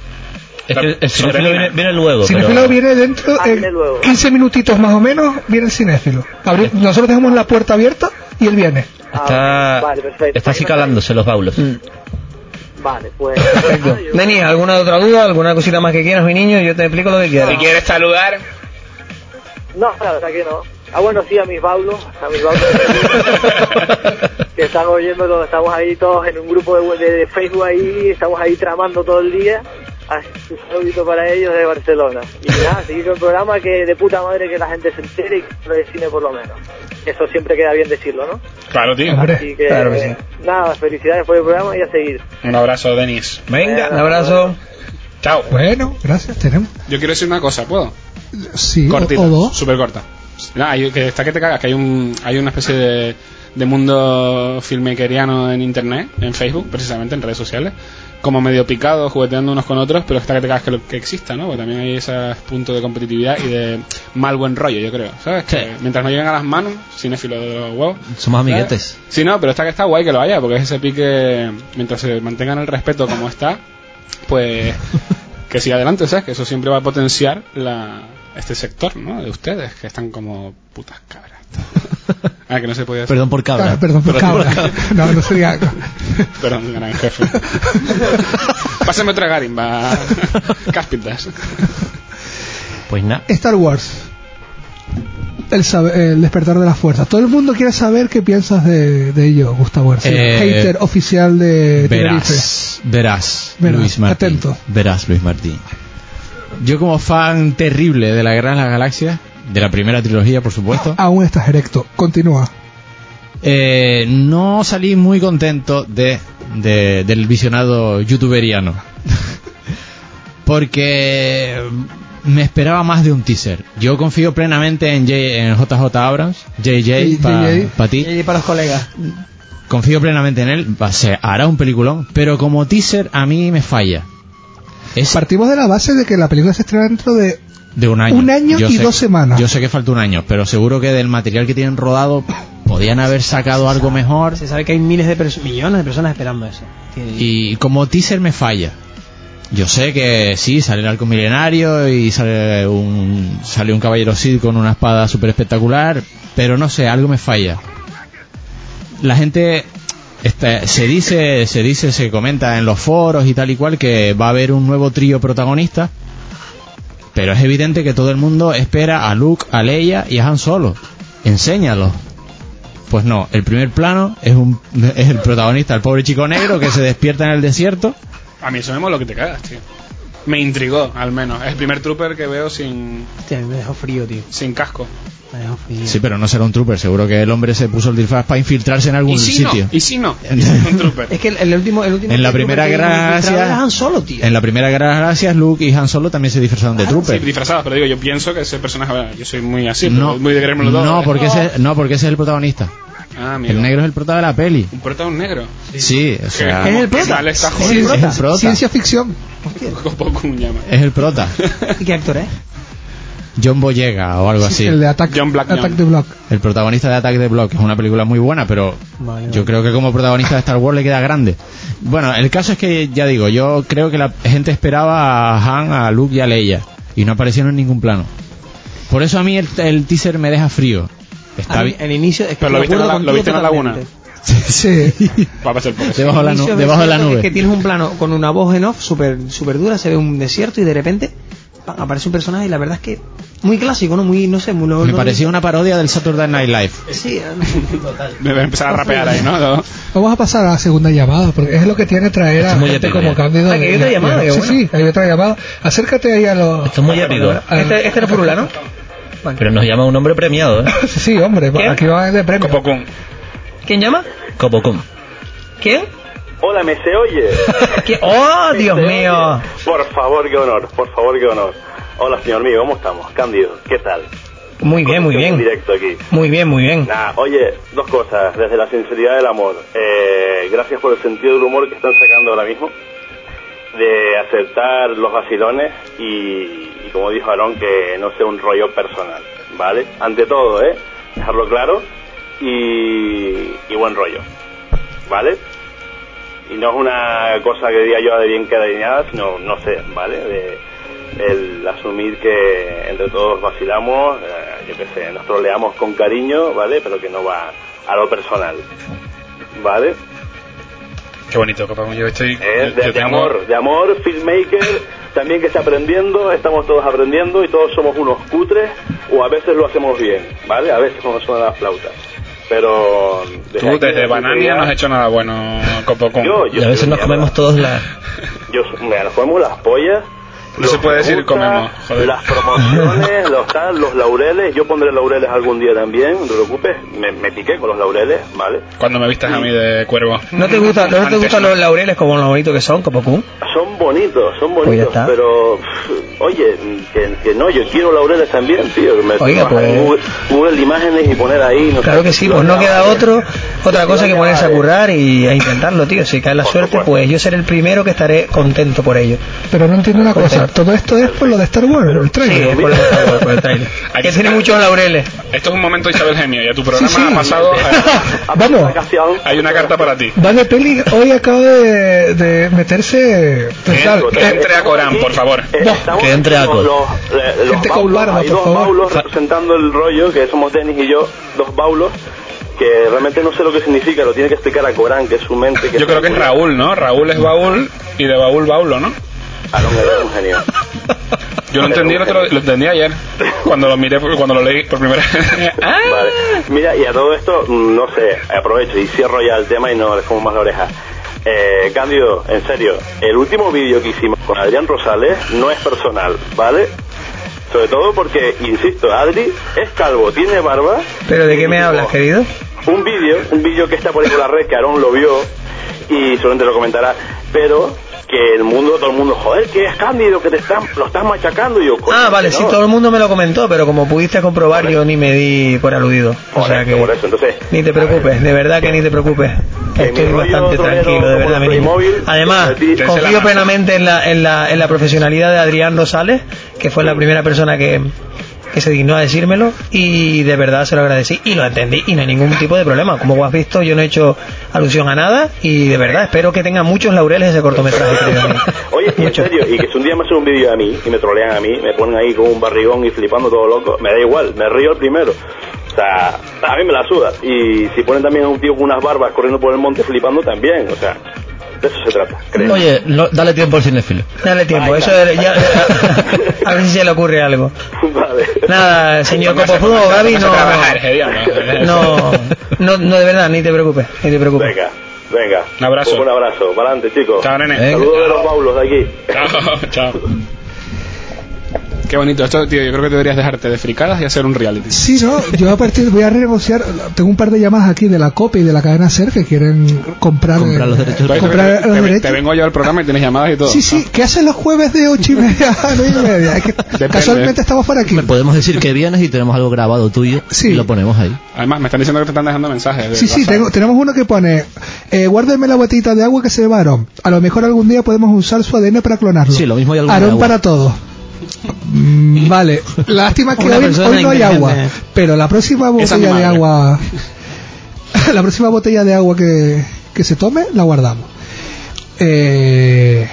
S3: Es que el
S6: Sobre
S3: cinéfilo
S6: Mina.
S3: viene, viene luego.
S2: Cinefilo
S3: pero-
S2: viene dentro
S7: Ah,
S2: de
S7: viene luego.
S2: 15 minutitos más o menos, viene el cinéfilo. Abri- Nosotros dejamos la puerta abierta y él viene.
S3: Está,
S7: Ah, vale, perfecto.
S3: está así calándose los baulos.
S7: Vale, pues.
S5: Perfecto.
S7: nada, yo-
S5: Denis, ¿alguna otra duda? ¿Alguna cosita más que quieras, mi niño? Yo te explico lo que quieras.
S6: Si quieres saludar,
S7: *laughs* No, la verdad que no. Ah, bueno, sí, a mis baulos, a mis baulos. que están oyéndolo, estamos ahí todos en un grupo de, de- de Facebook ahí, estamos ahí tramando todo el día. Así que un saludito para ellos de Barcelona. Y
S5: *laughs*
S7: nada, seguir con el programa que de puta madre que la gente se entere y que lo de cine por lo menos. Eso siempre queda bien decirlo, ¿no?
S6: claro, tío,
S2: Hombre,
S7: Así que,
S5: Eh, Claro que sí.
S7: nada, felicidades por el programa y a seguir.
S6: un abrazo, Denis.
S5: Venga, un abrazo.
S6: Chao.
S2: bueno, gracias, tenemos.
S6: Yo quiero decir una cosa, ¿puedo?
S2: Sí, o-
S6: cortita,
S2: o dos.
S6: súper corta. Nah, hay- que está que te cagas, que hay, un, hay una especie de, de mundo filmmakeriano en internet, en Facebook, precisamente, en redes sociales, como medio picado, jugueteando unos con otros, pero está que te cagas que, lo- que exista, ¿no? Porque también hay esos puntos de competitividad y de mal buen rollo, yo creo, ¿sabes?
S3: Sí.
S6: Que mientras no lleguen a las manos, cinéfilo de los huevos.
S3: Somos
S6: ¿sabes?
S3: amiguetes.
S6: Sí, no, pero está que está guay que lo haya, porque es ese pique, mientras se mantengan el respeto como está, pues que siga adelante, ¿sabes? Que eso siempre va a potenciar la, este sector, ¿no? De ustedes, que están como putas cabras. ah, que no se podía decir.
S3: Perdón por cabra.
S2: Ah, perdón, por
S6: Pero-
S2: cabra. *laughs* No, no sería.
S6: Perdón, gran jefe. Pásame otra garimba, cáspitas.
S3: Pues nada.
S2: Star Wars. El, sab- el despertar de las fuerzas. Todo el mundo quiere saber qué piensas de, de ello, Gustavo García.
S4: Eh,
S2: Hater oficial de Tenerife.
S4: Verás, verás,
S2: Verás,
S4: Luis Martín.
S2: atento.
S4: Verás, Luis Martín. Yo como fan terrible de la Guerra de las Galaxias, de la primera trilogía, por supuesto,
S2: Aún estás erecto. Continúa.
S4: eh, no salí muy contento de, de- del visionado youtuberiano. *laughs* Porque me esperaba más de un teaser. Yo confío plenamente en, J- en JJ Abrams, JJ,
S2: JJ.
S4: para ti.
S5: Y para los colegas.
S4: confío plenamente en él, va- se hará un peliculón, pero como teaser a mí me falla. Es-
S2: Partimos de la base de que la película se estrena dentro de
S4: De un año.
S2: Un año y dos semanas.
S4: Yo sé que falta un año, pero seguro que del material que tienen rodado podían haber sacado algo mejor.
S5: Se sabe que hay miles de perso- millones de personas esperando eso. Y
S4: Y como teaser me falla. Yo sé que sí, sale el arco milenario y sale un, sale un caballero Cid con una espada súper espectacular, pero no sé, algo me falla. La gente está- se dice, se dice, se comenta en los foros y tal y cual que va a haber un nuevo trío protagonista, pero es evidente que todo el mundo espera a Luke, a Leia y a Han Solo. Enséñalo. Pues no, el primer plano es, un, es el protagonista, el pobre chico negro que se despierta en el desierto.
S6: A mí eso me lo que te cagas, tío. Me intrigó, al menos. Es el primer trooper que veo sin,
S5: hostia, a mí me dejó frío, tío.
S6: sin casco.
S5: Me dejó frío.
S4: Sí, pero no será un trooper, seguro que el hombre se puso el disfraz para infiltrarse en algún
S6: ¿Y si
S4: sitio.
S6: no? ¿Y si no? Un trooper.
S5: Es que el, el último, el último
S4: En la
S5: que-
S4: primera
S5: que-
S4: guerra
S5: que- que-
S4: hacia-
S5: Han
S4: *laughs*
S5: Solo, tío.
S4: En la primera guerra de las gracias, Luke y Han Solo también se disfrazaron de
S6: Ah, Sí,
S4: trooper.
S6: disfrazados, pero digo, yo pienso que ese personaje. bueno, yo soy muy así,
S4: no,
S6: pero muy de creérmelo todo.
S4: no,
S6: ¿eh?
S4: porque ese, no, porque ese es el protagonista.
S6: Ah, amigo.
S4: El negro es el prota de la peli.
S6: Un prota un negro.
S4: Sí, o sea,
S5: Es el prota.
S6: Dale, está
S5: Es el
S6: jodido.
S4: es
S5: prota.
S4: el prota.
S2: ciencia ficción.
S6: Poco a poco un llama.
S4: Es el prota.
S6: *laughs*
S5: ¿Y qué actor es?
S4: John Boyega o algo
S3: Pues
S4: así.
S2: El de Attack,
S6: John Black
S2: Attack
S6: Young.
S2: the Block.
S4: El protagonista de Attack the Block, que es una película muy buena, pero
S5: Vale,
S4: yo
S5: vale.
S4: creo que como protagonista de Star Wars le queda grande. Bueno, el caso es que, ya digo, yo creo que la gente esperaba a Han, a Luke y a Leia, y no aparecieron en ningún plano. Por eso a mí el, el teaser me deja frío. Está
S5: A mí,
S4: bien.
S5: el inicio es que
S6: Pero lo viste en la- lo viste en la laguna.
S5: *laughs*
S2: Sí.
S6: Va a pasar por eso.
S4: Debajo de la, nu- debajo de la
S5: Es que
S4: nube.
S5: tienes un plano con una voz en off súper super dura, se ve un desierto y de repente pam, aparece un personaje y la verdad es que muy clásico, ¿no? Muy, no sé, muy...
S4: Me parecía una parodia del Saturday Night Live.
S5: Sí, ah, total.
S6: Me voy a empezar a rapear ahí, ¿no? ¿no?
S2: Vamos a pasar a la segunda llamada, porque es lo que tiene traer a
S3: Esto es muy
S2: gente
S3: épico
S2: como
S3: ya.
S2: Cándido.
S5: Ah, que hay
S2: de-
S5: otra
S2: de-
S5: llamada, qué
S2: Sí,
S5: bueno.
S2: sí, hay otra llamada. Acércate ahí a los...
S3: Esto es muy épico, ¿eh?
S5: Este, este era Furulano.
S3: Pero nos llama un hombre premiado, ¿eh?
S2: Sí, hombre, aquí va de premio.
S6: Copocún.
S5: ¿Quién llama?
S3: Copocum.
S5: ¿Quién?
S8: Hola, ¿me se oye?
S5: *laughs* ¿Qué? ¡Oh, Dios
S8: ¿Me se
S5: mío!
S8: oye? Por favor, qué honor, por favor, qué honor. Hola, señor mío, ¿cómo estamos? Cándido, ¿qué tal?
S5: Muy bien, muy
S8: En
S5: bien.
S8: directo aquí.
S5: Muy bien, muy bien.
S8: Nah, oye, dos cosas, desde la sinceridad del amor. Eh, gracias por el sentido del humor que están sacando ahora mismo, de aceptar los vacilones y, y como dijo Aarón, que no sea un rollo personal, ¿vale? Ante todo, ¿eh? Dejarlo claro y, y buen rollo, ¿vale? Y no es una cosa que diga yo de bien queda ni nada, sino, no sé, ¿vale? De- el asumir que entre todos vacilamos, eh, yo qué sé, nos troleamos con cariño, ¿vale? Pero que no va a lo personal, ¿vale?
S6: Qué bonito, Copocún. Yo estoy.
S8: Es
S6: yo
S8: de, de
S6: tengo-
S8: amor, de amor, filmmaker, también que está aprendiendo, estamos todos aprendiendo y todos somos unos cutres, o a veces lo hacemos bien, ¿vale? A veces cuando suenan las flautas. Pero... aquí,
S6: Tú desde
S8: desde
S6: Banania no has
S8: ya-
S6: hecho nada bueno, Copocún.
S8: Yo, yo
S3: Y a veces
S8: soy
S3: nos
S8: mierda.
S3: comemos todos la...
S8: Yo, mira, nos comemos las pollas.
S6: No
S8: los
S6: se puede decir
S8: me
S6: comemos, joder.
S8: Las
S6: *laughs*
S8: promociones, los tal, los laureles. Yo pondré laureles algún día también, no te preocupes. Me, me piqué con los laureles, ¿vale?
S6: Cuando me vistas a mí de cuervo.
S5: ¿No te, gusta, no te
S6: Antes
S5: gustan los laureles como lo bonito que son, Copocún?
S8: Son bonitos, son
S5: Pues ya
S8: bonitos,
S5: está.
S8: pero pff, oye, que, que no, yo quiero laureles también, tío. Me
S5: Oiga,
S8: bajar
S5: pues.
S8: Google, Google Imágenes y poner ahí. No
S5: Claro
S8: sé,
S5: que sí, pues no
S8: flores,
S5: queda
S8: vale.
S5: otro, otra cosa que ponerse a
S8: Flores.
S5: currar y a intentarlo, tío. Si cae la
S8: Por
S5: suerte,
S8: supuesto.
S5: pues yo seré el primero que estaré contento por ello.
S2: Pero no entiendo una cosa. Todo esto es por lo de Star Wars, el
S5: Sí,
S2: trailer.
S5: por, el- por el trailer.
S6: Aquí
S5: Que
S6: se-
S5: tiene muchos laureles.
S6: Esto es un momento Isabel Gemio. Ya tu programa
S2: Sí, sí.
S6: ha
S5: *laughs*
S6: pasado.
S2: *laughs* Vamos,
S8: Vacación.
S6: Hay una carta para ti.
S2: va de peli. Hoy acaba de, de meterse.
S5: Pues,
S6: Que
S2: tal,
S6: entre-
S2: eh,
S6: que entre a Corán, por favor.
S8: Eh,
S2: No,
S8: estamos
S3: que entre
S8: los-
S3: Acor.
S8: Los, eh, los
S2: Gente con
S8: baulos,
S2: barba,
S8: hay
S2: por
S8: dos
S2: favor.
S8: baulos representando el rollo, que somos Denis y yo, dos baulos, que realmente no sé lo que significa, lo tiene que explicar a Corán, que es su mente. Que
S6: Yo creo que es Raúl, ¿no? Raúl es baúl y de baúl baulo, ¿no?
S8: Ah, no, era un genio.
S6: Yo lo entendí, el otro- lo entendí ayer. Cuando lo miré, cuando lo leí por primera
S5: *laughs*
S6: vez. Ah,
S8: Vale. Mira, y a todo esto, mm, no sé, aprovecho y cierro ya el tema y no les como más la oreja. Eh, cambio, en serio, el último vídeo que hicimos con Adrián Rosales no es personal, ¿vale? Sobre todo porque, insisto, Adri es calvo, tiene barba.
S5: ¿Pero de qué me
S8: Tipo,
S5: hablas, querido?
S8: un vídeo, un vídeo que está por ahí por la red, que Aarón lo vio y seguramente lo comentará, pero que el mundo, todo el mundo, joder, que es cándido, que te están, lo estás machacando. Y yo, coño,
S5: Ah,
S8: que
S5: vale,
S8: no.
S5: sí, todo el mundo me lo comentó, pero como pudiste comprobar,
S8: Correcto.
S5: yo ni me di por aludido. O sea
S8: Correcto,
S5: que.
S8: por eso, entonces,
S5: Ni te preocupes, de verdad que ni te preocupes.
S8: que mi
S5: Estoy
S8: rollo
S5: bastante
S8: torero
S5: tranquilo, de
S8: como
S5: verdad,
S8: el
S5: mi niño.
S8: Playmobil,
S5: Además,
S8: que a ti te se la
S5: confío
S8: gana.
S5: plenamente en la, en, la, en la profesionalidad de Adrián Rosales, que fue la primera persona que, que se dignó a decírmelo, y de verdad se lo agradecí y lo entendí, y no hay ningún tipo de problema. Como has visto, yo no he hecho alusión a nada, y de verdad espero que tenga muchos laureles ese cortometraje, querido amigo.
S8: Oye, en
S5: Mucho.
S8: serio, y que si un día me hacen un vídeo a mí y me trolean a mí, me ponen ahí con un barrigón y flipando todo loco, me da igual, me río el primero. O sea, a mí me la suda. Y si ponen también a un tío con unas barbas corriendo por el monte flipando también, o sea, de eso se trata, *laughs* creo.
S9: Oye, no- dale tiempo al cinefilo.
S5: Dale tiempo,
S8: Ahí
S5: eso
S8: está.
S5: era- ya, *laughs* a ver si se le ocurre algo.
S8: vale.
S5: Nada, señor
S6: Póngase-
S5: Copozudo,
S6: póngase-
S5: Gaby,
S6: póngase
S5: no,
S6: a trabajar, hediondo.
S5: no, no, no, de verdad, ni te preocupes, ni te preocupes.
S8: Venga, venga.
S6: Un abrazo.
S8: Un abrazo, para adelante, chicos.
S6: *laughs* Chao, nene.
S9: Venga.
S8: Saludos de los Paulos de aquí.
S6: Chao, chao. Qué bonito esto, tío. Yo creo que deberías dejarte de fricadas y hacer un reality.
S2: Sí, no, yo a partir voy a renegociar. Tengo un par de llamadas aquí de la COPE y de la cadena SER que quieren comprar,
S3: Comprar los
S2: eh,
S3: derechos.
S6: Te-
S2: comprar
S6: te,
S2: los
S6: te-
S2: derechos.
S6: te vengo yo al programa y tienes llamadas y todo.
S2: Sí, sí, ¿qué hacen los jueves de ocho y media a nueve y media? Es que casualmente estamos por aquí.
S3: Podemos decir que vienes y tenemos algo grabado tuyo
S2: Sí.
S3: y lo ponemos ahí.
S6: Además, me están diciendo que te están dejando mensajes. de
S2: Sí, sí,
S6: WhatsApp.
S2: tengo- tenemos uno que pone, eh, guárdenme la botita de agua que se llevaron. A lo mejor algún día podemos usar su ADN para clonarlo.
S3: Sí, lo mismo hay algún
S2: Aarón
S3: agua.
S2: para todos. Mm,
S6: *laughs*
S2: vale, lástima que
S5: Una
S2: hoy,
S5: persona
S2: hoy no hay agua,
S5: inteligente.
S2: pero la próxima
S6: Esa es ¿eh? mi
S2: botella de
S6: madre.
S2: agua, *laughs* la próxima botella de agua que, que se tome, la guardamos. Eh,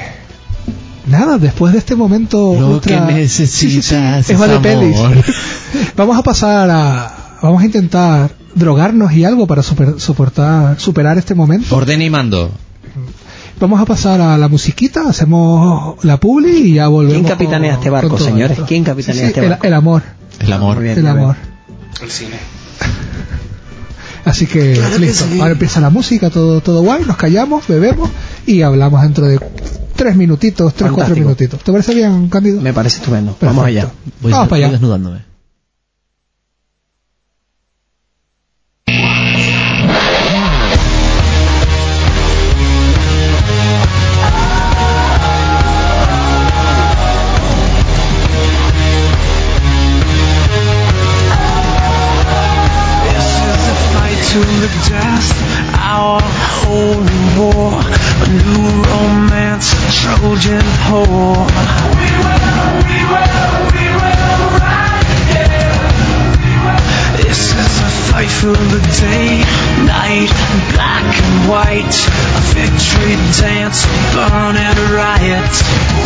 S2: nada, después de este momento
S4: Lo que
S2: ultra-
S4: necesitas
S2: es más de
S4: es
S2: pelis.
S4: amor.
S2: Vamos a pasar a. Vamos a intentar drogarnos y algo para super- soportar, superar este momento.
S4: Ordena y mando.
S2: Vamos a pasar a la musiquita, hacemos la publi y ya volvemos.
S5: ¿Quién capitanea
S2: con-
S5: este barco,
S2: con todo
S5: señores?
S2: esto.
S5: ¿Quién capitanea este
S2: el-
S5: barco?
S2: El, amor,
S4: El amor.
S5: Muy bien,
S2: el
S5: muy bien.
S2: amor.
S6: El cine.
S2: Así que listo. Ahora empieza la música, todo todo guay, nos callamos, bebemos y hablamos dentro de tres minutitos, tres cuatro
S5: Fantástico.
S2: minutitos. ¿Te parece bien, Cándido?
S5: Me parece estupendo. Vamos allá.
S2: Perfecto.
S3: Voy,
S2: Vamos para
S3: voy
S2: allá.
S3: desnudándome.
S10: This is a fight to the death, our holy war, a new romance, a Trojan whore. We will, we will, we will ride it. This is a fight for the day, night, black and white, a victory dance, a burning riot.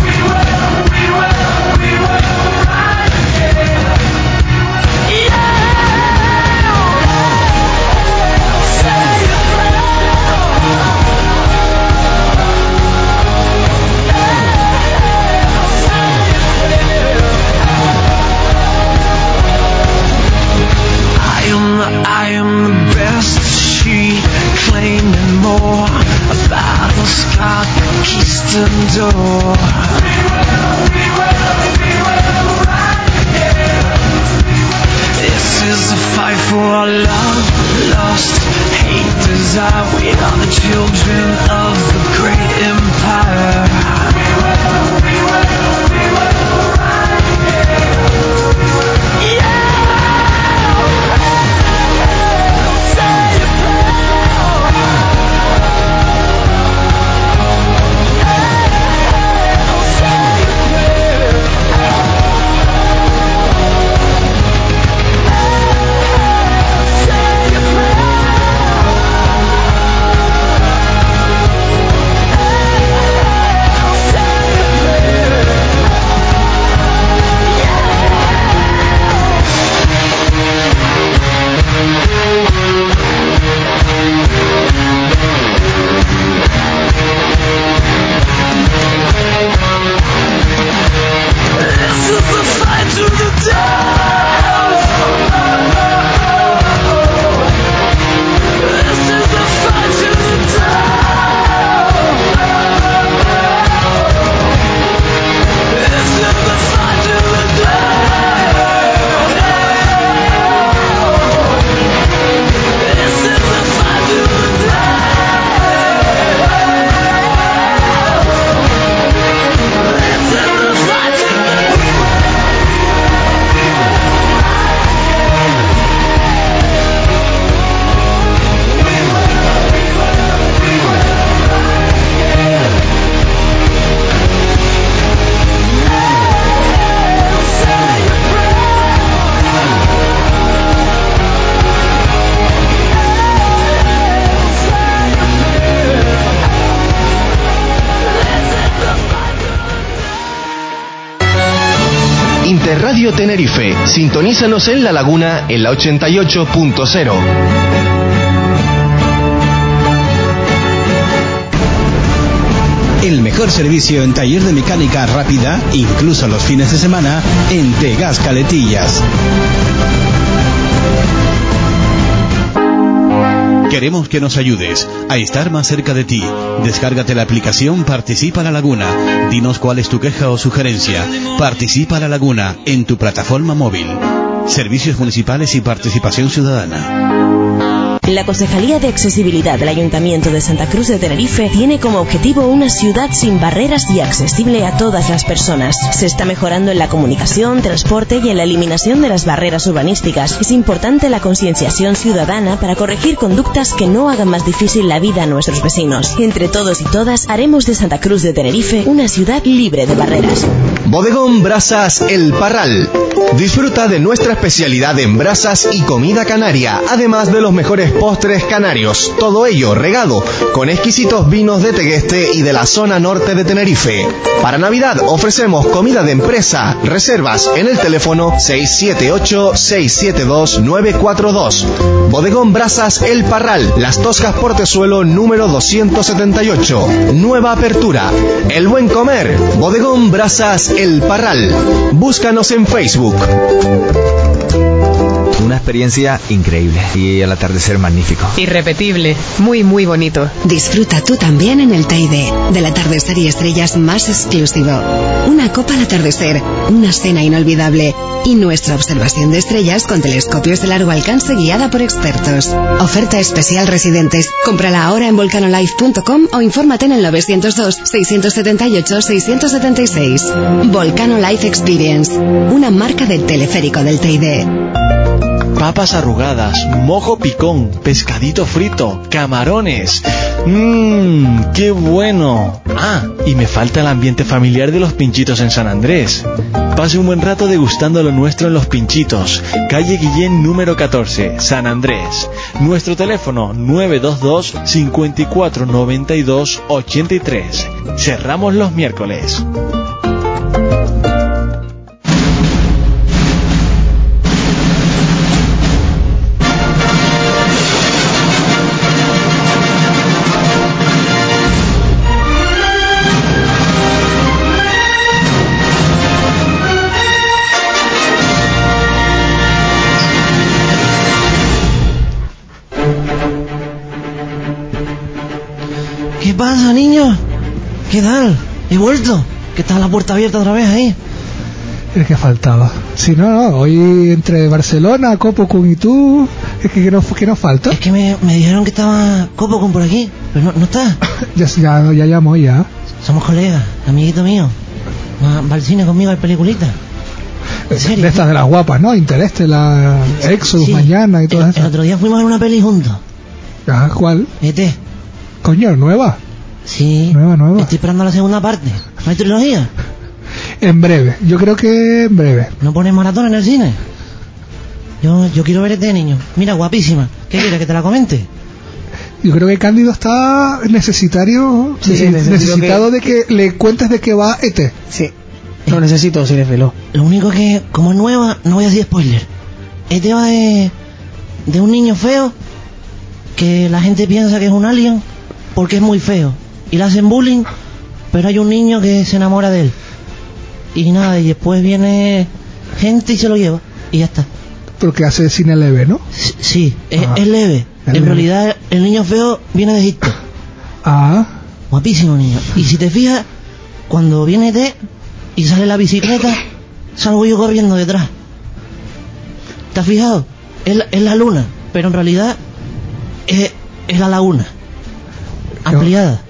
S10: We will, we will, we will ride it. Yeah. I am the, I am the best. She claiming more. A battle scar conquistador. This is a fight for our love, lust, hate, desire. We are the children of the great empire.
S11: Radio Tenerife. Sintonízanos en La Laguna en la 88.0.
S12: El mejor servicio en taller de mecánica rápida, incluso los fines de semana, en Tegas Caletillas. Queremos que nos ayudes a estar más cerca de ti. Descárgate la aplicación Participa la Laguna. Dinos cuál es tu queja o sugerencia. Participa la Laguna en tu plataforma móvil. Servicios municipales y participación ciudadana.
S13: La Concejalía de Accesibilidad del Ayuntamiento de Santa Cruz de Tenerife tiene como objetivo una ciudad sin barreras y accesible a todas las personas. Se está mejorando en la comunicación, transporte y en la eliminación de las barreras urbanísticas. Es importante la concienciación ciudadana para corregir conductas que no hagan más difícil la vida a nuestros vecinos. Entre todos y todas haremos de Santa Cruz de Tenerife una ciudad libre de barreras.
S11: Bodegón Brasas El Parral. Disfruta de nuestra especialidad en brasas y comida canaria, además de los mejores postres canarios. Todo ello regado con exquisitos vinos de Tegueste y de la zona norte de Tenerife. Para Navidad ofrecemos comida de empresa. Reservas en el teléfono 678-672-942. Bodegón Brasas El Parral, Las Toscas Portezuelo número 278. Nueva apertura. El buen comer. Bodegón Brasas El Parral. Búscanos en Facebook.
S14: Una experiencia increíble y el atardecer magnífico.
S15: Irrepetible, muy muy bonito.
S16: Disfruta tú también en el Teide del atardecer y estrellas más exclusivo. Una copa al atardecer, una cena inolvidable y nuestra observación de estrellas con telescopios de largo alcance guiada por expertos. Oferta especial residentes. Cómprala ahora en volcanolife.com o infórmate en el 902 678 676. Volcano Life Experience, una marca del teleférico del Teide.
S17: Papas arrugadas, mojo picón, pescadito frito, camarones. Mmm, qué bueno. Ah, y me falta el ambiente familiar de los pinchitos en San Andrés. Pase un buen rato degustando lo nuestro en los pinchitos. Calle Guillén número 14, San Andrés. Nuestro teléfono 922 54 92 83. Cerramos los miércoles.
S18: ¿Qué pasa, niño? ¿Qué tal? He vuelto. ¿Qué tal la puerta abierta otra vez ahí?
S2: El que faltaba. Si no, no, hoy entre Barcelona, Copo Kun y tú, es que, que, no, que no falta.
S18: Es que me, me dijeron que estaba Copocon por aquí, pero no, no está.
S2: ya, ya, ya llamó, ya.
S18: Somos colegas, amiguito mío. Va, va al cine conmigo al peliculita.
S2: De estas de las guapas, ¿no? Intereste, la Exus,
S18: Sí.
S2: Mañana y todo
S18: El
S2: eso.
S18: otro día fuimos a ver una peli juntos.
S2: Ah, ¿Cuál?
S18: Este.
S2: Coño, nueva.
S18: Sí.
S2: Nueva, nueva.
S5: Este-
S18: Estoy esperando la segunda parte. ¿No hay trilogía?
S2: En breve, yo creo que en breve.
S18: ¿No pones maratón en el cine? Yo, yo quiero ver este niño. Mira, guapísima. ¿Qué quieres que te la comente?
S2: Yo creo que Cándido está necesitario,
S5: Sí, sí, necesito
S2: necesitado de que le cuentes de qué va E ET.
S5: Sí. Lo necesito, cinéfilo.
S18: Lo único que, como es nueva, no voy a decir spoiler. Este va de, de un niño feo que la gente piensa que es un alien porque es muy feo. Y le hacen bullying, pero hay un niño que se enamora de él. Y nada, y después viene gente y se lo lleva. Y ya está.
S2: Porque hace cine leve, ¿no?
S18: Sí, es,
S2: Ah.
S18: es leve.
S2: Es
S18: en
S2: leve.
S18: realidad, el niño feo viene de Egipto.
S2: Ah.
S18: Guapísimo niño. Y si te fijas, cuando viene T y sale la bicicleta, salgo yo corriendo detrás. ¿Te has fijado? Eh, Es la, es la luna, pero en realidad es, es la laguna. Ampliada.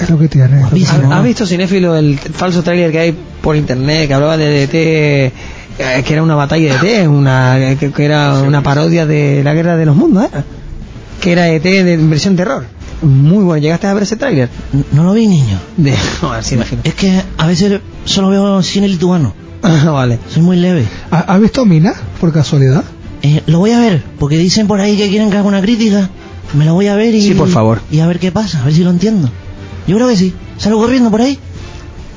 S2: Es lo que tiene. es lo que
S5: ¿Has,
S2: tiene.
S5: has visto, cinéfilo, el falso tráiler que hay por internet que hablaba de DT, eh, que era una batalla de ET, una, que, que era una parodia de la guerra de los mundos, ¿eh? que era ET de versión terror? Muy bueno, ¿llegaste a ver ese tráiler?
S18: No lo vi, niño.
S5: De, *laughs* joder, cinéfilo.
S18: Es que a veces solo veo cine lituano.
S5: vale.
S18: Soy muy leve.
S2: ¿Ha- ¿Has visto Mina, por casualidad?
S18: Eh, lo voy a ver, porque dicen por ahí que quieren que haga una crítica. Me la voy a ver y.
S5: Sí, por favor.
S18: Y a ver qué pasa, a ver si lo entiendo. Yo creo que sí. ¿Salgo corriendo por ahí?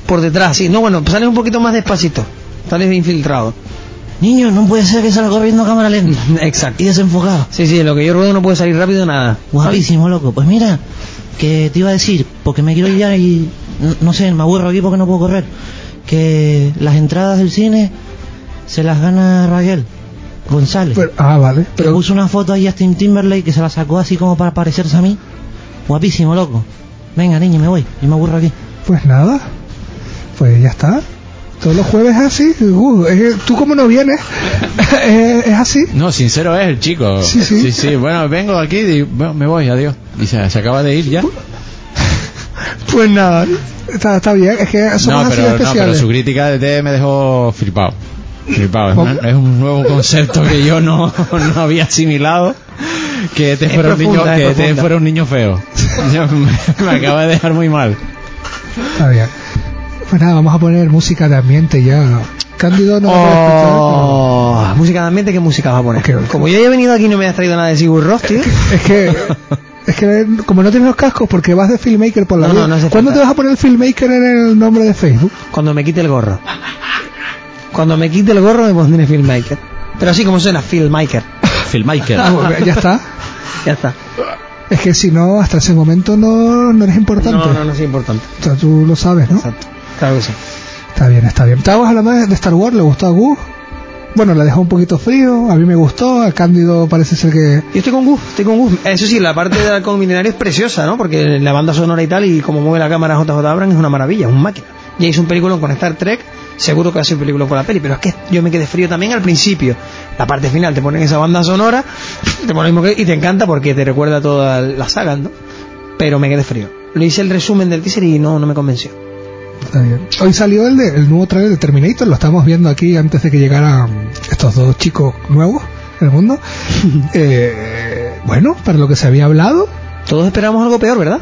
S5: Por detrás, sí. No, bueno, pues sale un poquito más despacito. Tal
S18: *laughs*
S5: vez infiltrado.
S18: Niño, no puede ser que salga corriendo a cámara lenta.
S5: *laughs* Exacto.
S18: Y desenfocado.
S5: Sí, sí, lo que yo ruedo no puede salir rápido nada.
S18: Guapísimo, loco. Pues mira, que te iba a decir, porque me quiero ir ya y no, no sé, me aburro aquí porque no puedo correr, que las entradas del cine se las gana Raquel González.
S5: Pues-
S2: Pero- ah, vale.
S18: que puso una foto ahí a Justin Timberlake que se la sacó así como para parecerse a mí. Guapísimo, loco. Venga, niño, me voy. Y me aburro aquí.
S2: Pues nada, pues ya está. Todos los jueves es así. Uh, eh, Tú como no vienes, *laughs* Eh, es así.
S4: No, sincero es el chico.
S2: Sí, sí.
S4: sí. Bueno, vengo aquí y bueno, me voy, adiós. Y se, se acaba de ir ya.
S2: Pues nada, está, está bien. Es que somos
S4: No
S2: así de
S4: pero, no, pero
S2: especiales.
S4: su crítica de té me dejó flipado. Flipado. Es, una- es un nuevo concepto que yo no, *laughs* no había asimilado. Que te
S17: Es
S4: fuera, un niño,
S17: profunda, es
S4: que te
S17: profunda.
S4: fuera un niño feo. *laughs* Ya me, me acaba de dejar muy mal.
S2: Está bien. Pues nada, vamos a poner música de ambiente ya. Cándido no va a poder escuchar, pero-
S5: Oh, música de ambiente, ¿qué música vas a poner? Como yo ya he venido aquí y no me has traído nada de Sigur Ross, tío.
S2: Es que, es que como no tienes los cascos porque vas de filmmaker por la
S5: No,
S2: vida,
S5: no, no hace
S2: ¿cuándo
S5: falta.
S2: te vas a poner filmmaker en el nombre de Facebook?
S5: Cuando me quite el gorro. Cuando me quite el gorro me pondré filmmaker. Pero así como suena, filmmaker.
S3: Filmmaker.
S2: Ah, bueno, ya está.
S5: Ya está.
S2: Es que si no, hasta ese momento no, no eres importante.
S5: No, no, no es importante.
S2: O sea, tú lo sabes, ¿no?
S5: Claro que sí.
S2: Está bien, está bien. Estábamos hablando de de Star Wars, le gustó a Gus. Bueno, la dejó un poquito frío, a mí me gustó, a Cándido parece ser que...
S5: Yo estoy con Gus, estoy con Gus. Eso sí, la parte del halcón milenario es preciosa, ¿no? Porque la banda sonora y tal, y como mueve la cámara JJ Abrams, es una maravilla, es un máquina. Ya hizo un película con Star Trek, seguro que hace un película con la peli, pero es que yo me quedé frío también al principio. La parte final, te ponen esa banda sonora, te ponen lo mismo que- y te encanta porque te recuerda toda la saga, ¿no? Pero me quedé frío. Lo hice el resumen del teaser y no, no me convenció.
S2: Está bien. Hoy salió el, de- el nuevo trailer de Terminator, lo estamos viendo aquí antes de que llegaran estos dos chicos nuevos en el mundo. Eh, bueno, para lo que se había hablado,
S5: Todos esperamos algo peor, ¿verdad?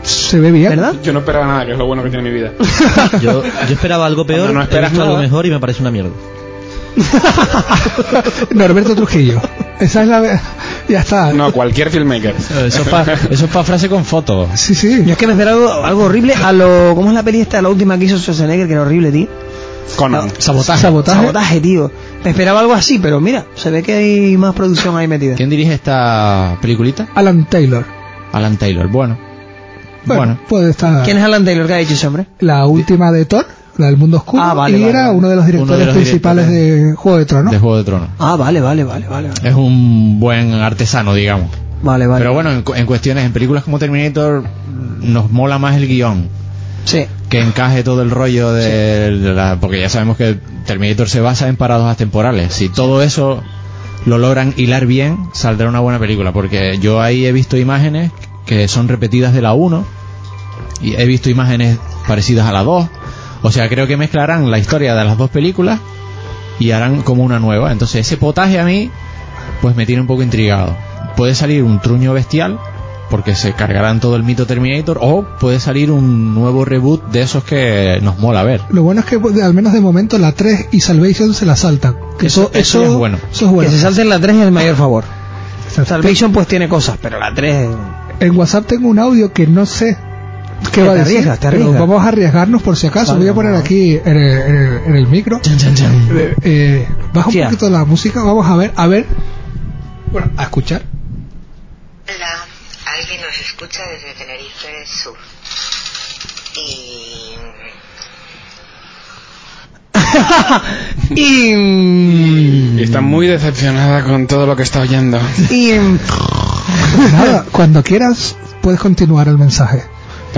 S2: se ve bien.
S6: Yo no esperaba nada, que es lo bueno que tiene mi vida.
S5: *laughs*
S3: Yo, yo esperaba algo peor,
S6: Cuando no
S3: he
S6: esperas
S3: visto algo
S6: nada.
S3: mejor y me parece una mierda.
S2: *laughs* Norberto Trujillo. Esa es la... ve- *laughs* Ya está.
S6: No, cualquier filmmaker.
S4: *laughs* Eso es para frase con foto.
S2: Sí, sí.
S5: Yo es que me esperaba algo, algo horrible a lo... ¿Cómo es la peli esta, la última que hizo Schwarzenegger, que era horrible, tío?
S6: Conan.
S4: Sabotaje.
S5: Sabotaje. tío. Me esperaba algo así, pero mira, se ve que hay más producción ahí metida.
S4: ¿Quién dirige esta peliculita?
S2: Alan Taylor.
S4: Alan Taylor. Bueno.
S2: Bueno,
S4: Bueno.
S2: puede estar...
S5: ¿Quién es Alan Taylor que ha hecho ese hombre?
S2: La última de Thor, la del mundo oscuro,
S5: Ah, vale,
S2: y
S5: vale,
S2: era
S5: vale.
S2: uno de los directores
S4: Uno de los
S2: principales de Juego de Tronos.
S4: De Juego de Tronos.
S5: Ah, vale, vale, vale, vale. vale.
S4: Es un buen artesano, digamos.
S5: Vale, vale.
S4: Pero bueno, en, cu- en cuestiones, en películas como Terminator, nos mola más el guión.
S5: Sí.
S4: Que encaje todo el rollo de, la. Porque ya sabemos que Terminator se basa en paradojas temporales. Si todo eso lo logran hilar bien, saldrá una buena película. Porque yo ahí he visto imágenes que son repetidas de la 1. Y he visto imágenes parecidas a la 2. O sea, creo que mezclarán la historia de las dos películas y harán como una nueva. Entonces, ese potaje a mí, pues me tiene un poco intrigado. Puede salir un truño bestial, porque se cargarán todo el mito Terminator, o puede salir un nuevo reboot de esos que nos mola ver.
S2: Lo bueno es que pues, de- al menos de momento la 3 y Salvation se la saltan. Que
S4: Eso- eso ya este es bueno.
S2: Eso es bueno.
S5: Que se salten la 3 es el mayor favor.
S2: Exacto.
S5: Salvation pues tiene cosas, pero la *laughs* 3...
S2: En WhatsApp tengo un audio que no sé qué
S5: Eh, Te
S2: va a decir.
S5: arriesgas, te
S2: pero
S5: arriesgas.
S2: Vamos a arriesgarnos por si acaso.
S5: Vale,
S2: Voy a poner
S5: vale.
S2: aquí en el, en el- en el micro. Eh, eh, baja un
S5: Tía.
S2: poquito la música. Vamos a ver, a ver. Bueno, a escuchar.
S19: Hola, alguien nos escucha desde Tenerife Sur. Y.
S5: y...
S6: Y está muy decepcionada con todo lo que está oyendo.
S5: y... *laughs*
S2: Nada, cuando quieras puedes continuar el mensaje.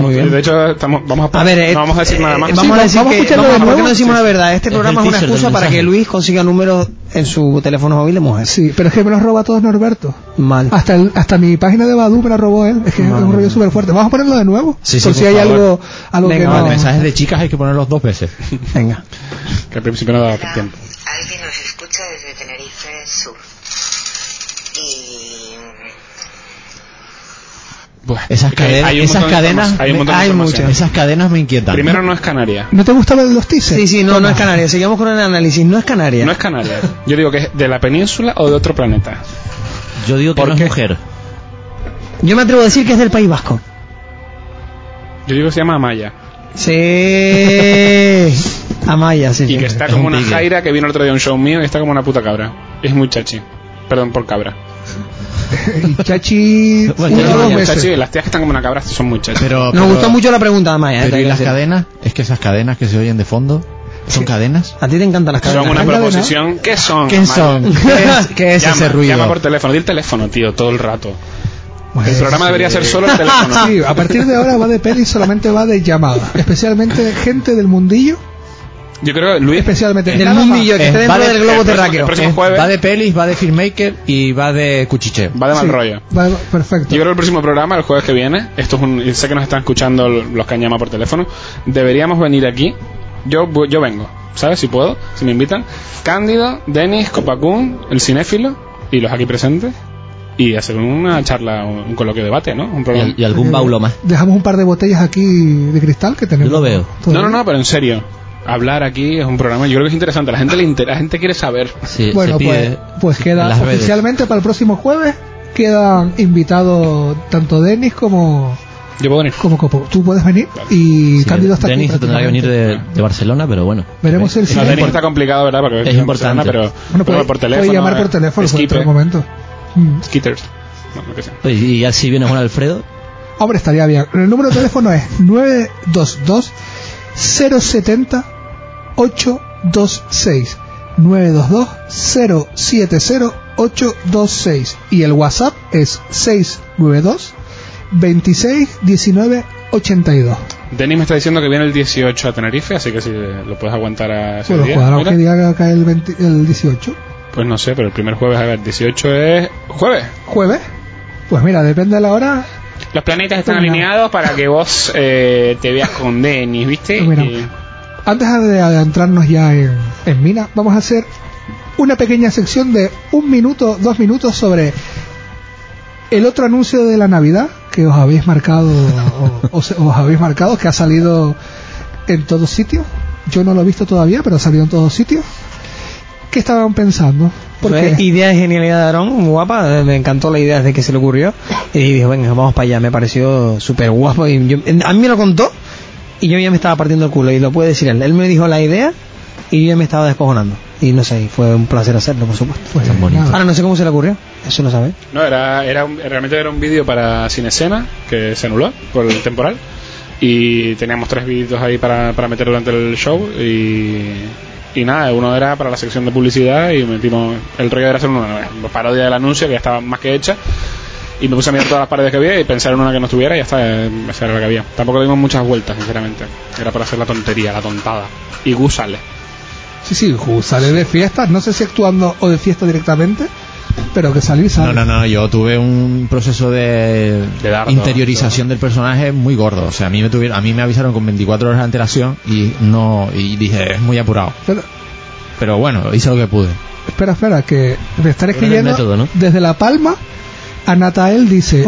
S5: Muy bien.
S6: De hecho, estamos, vamos a,
S5: A ver, eh,
S6: no vamos a decir
S5: eh,
S6: nada más.
S5: Vamos
S2: Sí,
S5: a decir
S2: vamos a
S5: que,
S2: escucharlo
S5: vamos a-
S2: de
S5: ¿por qué
S2: nuevo?
S5: no decimos la verdad? Este
S3: Es
S5: programa
S3: el
S5: es una
S3: teaser del
S5: excusa para
S3: mensaje.
S5: que Luis consiga números en su teléfono móvil de mujer.
S2: Sí, pero es que me los roba todos Norberto.
S5: Mal.
S2: Hasta, el- hasta mi página de Badu me la robó él. Es que es un rollo súper fuerte. Vamos a ponerlo de nuevo.
S4: Sí, sí,
S2: por
S4: por
S2: si hay
S4: favor.
S2: algo, algo
S5: Venga,
S2: que
S5: vale,
S2: no.
S5: mensaje.
S4: Mensajes de chicas hay que ponerlos dos veces.
S5: Venga.
S6: Que al principio no daba tiempo.
S19: Alguien nos escucha desde Tenerife Sur. Y.
S6: Buah,
S4: Esas
S6: es que
S4: cadenas,
S6: hay un
S4: esas
S6: montón de
S4: cadenas,
S6: información- hay un montón de información.
S4: muchas. Esas cadenas me inquietan.
S6: Primero no es Canaria.
S2: ¿No te gustan los teasers?
S5: Sí, sí, no, no es Canarias. Sigamos con el análisis. No es Canarias.
S6: No es Canaria. Yo digo que es de la península o de otro planeta.
S3: Yo digo que
S6: ¿Por
S3: no
S6: qué?
S3: es mujer.
S5: Yo me atrevo a decir que es del País Vasco.
S6: Yo digo que se llama Amaya.
S5: Sí. *laughs* Amaya, sí.
S6: Y que está
S5: Es
S6: como
S5: un
S6: una
S5: pique.
S6: Jaira que vino el otro día a un show mío y está como una puta cabra. Es muy chachi. Perdón por cabra.
S2: El chachi.
S6: *laughs* Bueno,
S2: uno o dos
S6: muy
S2: veces.
S6: chachi, las tías que están como una cabra son muy chachis.
S4: Pero,
S5: pues, Nos
S4: pero-
S5: gustó mucho la pregunta, Amaya. eh,
S4: Pero
S5: te
S4: ¿y
S5: voy a
S4: las
S5: decir.
S4: cadenas? Es que esas cadenas que se oyen de fondo, ¿son cadenas?
S5: A ti te encantan las cadenas.
S6: Son una
S5: ¿Las cadenas?
S6: proposición. ¿Qué son?
S5: ¿Qué
S6: Amaya?
S5: son?
S4: *laughs*
S5: ¿Qué es- qué es
S6: Llama,
S5: ese ruido?
S6: Llama por teléfono. Di el teléfono, tío, todo el rato. el programa
S2: sí.
S6: debería ser solo el teléfono.
S2: Sí, a partir de ahora va de pelis, solamente va de llamada. Especialmente gente del mundillo.
S6: Yo creo que Luis...
S2: Especialmente.
S6: Del
S2: nada más.
S6: mundillo, que
S2: Eh,
S6: esté
S2: va de-
S6: dentro del globo
S2: el próximo-
S6: terráqueo.
S2: el próximo
S4: Eh,
S6: jueves-
S4: Va de pelis, va de filmmaker y va de cuchicheo.
S6: Va de mal
S2: Sí.
S6: rollo.
S2: va- perfecto.
S6: Yo creo que el próximo programa, el jueves que viene, esto es un, sé que nos están escuchando los que han llamado por teléfono, deberíamos venir aquí. Yo, vo- yo vengo, ¿sabes? Si puedo, si me invitan. Cándido, Denis, Copacún, el cinéfilo y los aquí presentes. Y hacer una charla, un, un coloquio debate, ¿no? Un programa.
S3: Y algún baulo más.
S2: Dejamos un par de botellas aquí de cristal que tenemos.
S3: veo.
S6: No, no, no, pero en serio. Hablar aquí es un programa, yo creo que es interesante. A La gente, le inter- la gente quiere saber.
S2: bueno, pues, pues
S6: en
S2: queda
S6: las redes.
S2: oficialmente para el próximo jueves. Quedan invitados tanto Denis como.
S6: Yo puedo venir.
S2: Como Copo. Tú puedes venir y Cándido está
S3: Denis
S2: aquí.
S3: tendrá que venir de, de Barcelona, pero bueno.
S2: Veremos el
S6: No, Denis
S2: siguiente.
S6: está complicado, ¿verdad? Porque
S3: Es
S6: en
S3: importante.
S6: Barcelona, pero,
S2: Bueno,
S6: pero
S2: puede,
S6: por teléfono.
S2: puede llamar por
S6: eh,
S2: teléfono en
S6: Skype,
S2: otro momento. Mm.
S6: Skitters. No, lo que sea.
S3: Pues, y ya si viene Juan Alfredo,
S2: Hombre, estaría bien. El número de teléfono es 922 070 826. 922 070 826. Y el WhatsApp es 692 26 19 82.
S6: Denis me está diciendo que viene el 18 a Tenerife, así que si lo puedes aguantar a ese
S2: Bueno,
S6: día,
S2: cuadrado
S6: mira.
S2: que día cae el, 20 el 18.
S6: Pues no sé, pero el primer jueves, a ver, 18 es jueves.
S2: ¿Jueves? Pues mira, depende de la hora.
S6: Los planetas están
S2: Bueno.
S6: alineados para que vos eh, te veas con Denis, ¿viste?
S2: Bueno.
S6: Eh,
S2: Antes de adentrarnos ya en, en Mina, vamos a hacer una pequeña sección de un minuto, dos minutos sobre el otro anuncio de la Navidad que os habéis marcado, o, o se- os habéis marcado, que ha salido en todos sitios. Yo no lo he visto todavía, pero ha salido en todos sitios. ¿Qué estaban pensando?
S5: Fue
S2: Porque
S5: idea de genialidad de Aarón, muy guapa, eh, me encantó la idea desde que se le ocurrió y dijo, venga, vamos para allá, me pareció súper guapo y yo- a mí me lo contó y yo ya me estaba partiendo el culo y lo puede decir él, él me dijo la idea y yo ya me estaba descojonando y no sé, y fue un placer hacerlo, por supuesto. Ahora no sé cómo se le ocurrió, eso lo sabe.
S6: no, era, era un- realmente era un vídeo para Cinecena, que se anuló por el temporal. Y teníamos tres vídeos ahí para, para meter durante el show. Y, y nada, uno era para la sección de publicidad y metimos... El rollo era hacer una parodia del anuncio que ya estaba más que hecha. Y me puse a mirar todas las paredes que había y pensar en una que no estuviera y ya está, eh, esa era la que había. Tampoco le dimos muchas vueltas, sinceramente. Era para hacer la tontería, la tontada. Y Gus sale.
S2: sí, sí, ju- sale de fiestas, no sé si actuando o de fiesta directamente, pero que salir sale.
S4: No, no, no, yo tuve un proceso de,
S6: dardo,
S4: interiorización del personaje muy gordo. O sea, a mí me tuvieron, a mí me avisaron con 24 horas de antelación y no y dije, es muy apurado.
S2: Pero-
S4: Pero bueno, hice lo que pude.
S2: Espera, espera, que me
S4: Pero
S2: están
S4: era el
S2: escribiendo
S4: método, ¿no?
S2: desde La Palma. Anatael dice: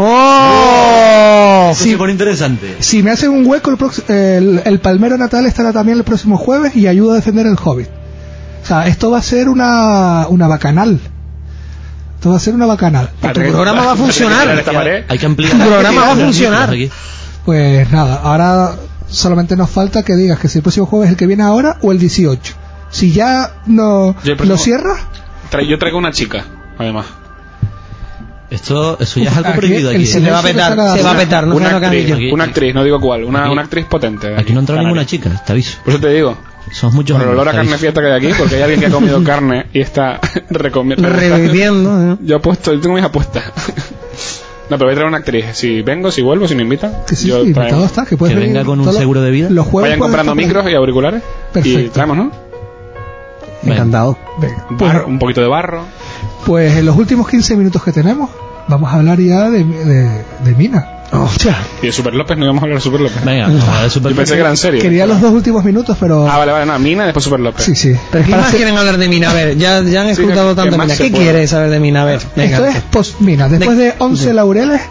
S5: ¡Oh!
S2: Si,
S17: interesante.
S2: si me hacen un hueco, el, prox- el, el palmero Natal estará también el próximo jueves y ayuda a defender el hobbit. O sea, esto va a ser una, una bacanal. Esto va a ser una bacanal.
S5: Tu programa va a funcionar.
S3: hay que ampliar.
S5: Tu programa va a funcionar.
S2: Pues nada, ahora solamente nos falta que digas que si el próximo jueves es el que viene ahora o el 18. Si ya no
S6: Yo el próximo-
S2: lo cierras,
S6: Tra- yo traigo una chica, además.
S3: Esto, eso ya es algo
S6: Aquí
S3: prohibido
S6: el
S3: aquí.
S6: silencio Se va a petar,
S5: se va a petar, Ah, no
S6: una,
S5: sé lo que has
S6: actriz,
S5: dicho.
S6: una actriz, no digo cuál, una,
S3: Aquí-
S6: una actriz potente. de
S3: Aquí no entra
S6: Canarias.
S3: ninguna chica, te aviso.
S6: Por eso te digo,
S3: Somos muchos.
S6: por el
S3: hombres,
S6: olor a
S3: te
S6: carne
S3: aviso.
S6: fiesta que hay aquí, porque hay alguien que ha comido carne y está *laughs* recomiendo.
S5: Reviviendo.
S6: Yo apuesto, yo tengo mis apuestas. *laughs* No, pero voy a traer una actriz. Si vengo, si vuelvo, si me invitan.
S2: que sí,
S6: yo
S2: sí,
S6: traigo.
S2: invitado estás, que puedes
S3: Que
S2: venir
S3: venga con un
S2: todos los-
S3: seguro de vida.
S2: Los jueves
S6: Vayan
S2: puedes
S6: comprando
S2: estar-
S6: micros y auriculares. Y
S2: Perfecto.
S6: traemos, ¿no?
S5: Encantado.
S2: Venga, pues-
S6: Barro, un poquito de barro.
S2: Pues en los últimos 15 minutos que tenemos, vamos a hablar ya de, de, de Mina.
S6: Y de Super López, no íbamos a hablar de Super López.
S3: Venga, vamos a ver Super
S6: Yo pensé que era en serio.
S2: Quería los dos últimos minutos, pero.
S6: Ah, vale, vale, no, Mina, después Super López.
S2: sí, sí.
S5: ¿Qué
S2: Para
S5: más
S2: hacer-
S5: quieren hablar de Mina? A ver, ya, ya han
S6: Sí,
S5: escuchado
S6: que- que
S5: tanto
S6: más
S5: Mina.
S6: se
S5: ¿Qué
S6: puede.
S5: quieres saber de Mina? A ver, venga. pues.
S2: Esto es post Mina. Después de 11 laureles,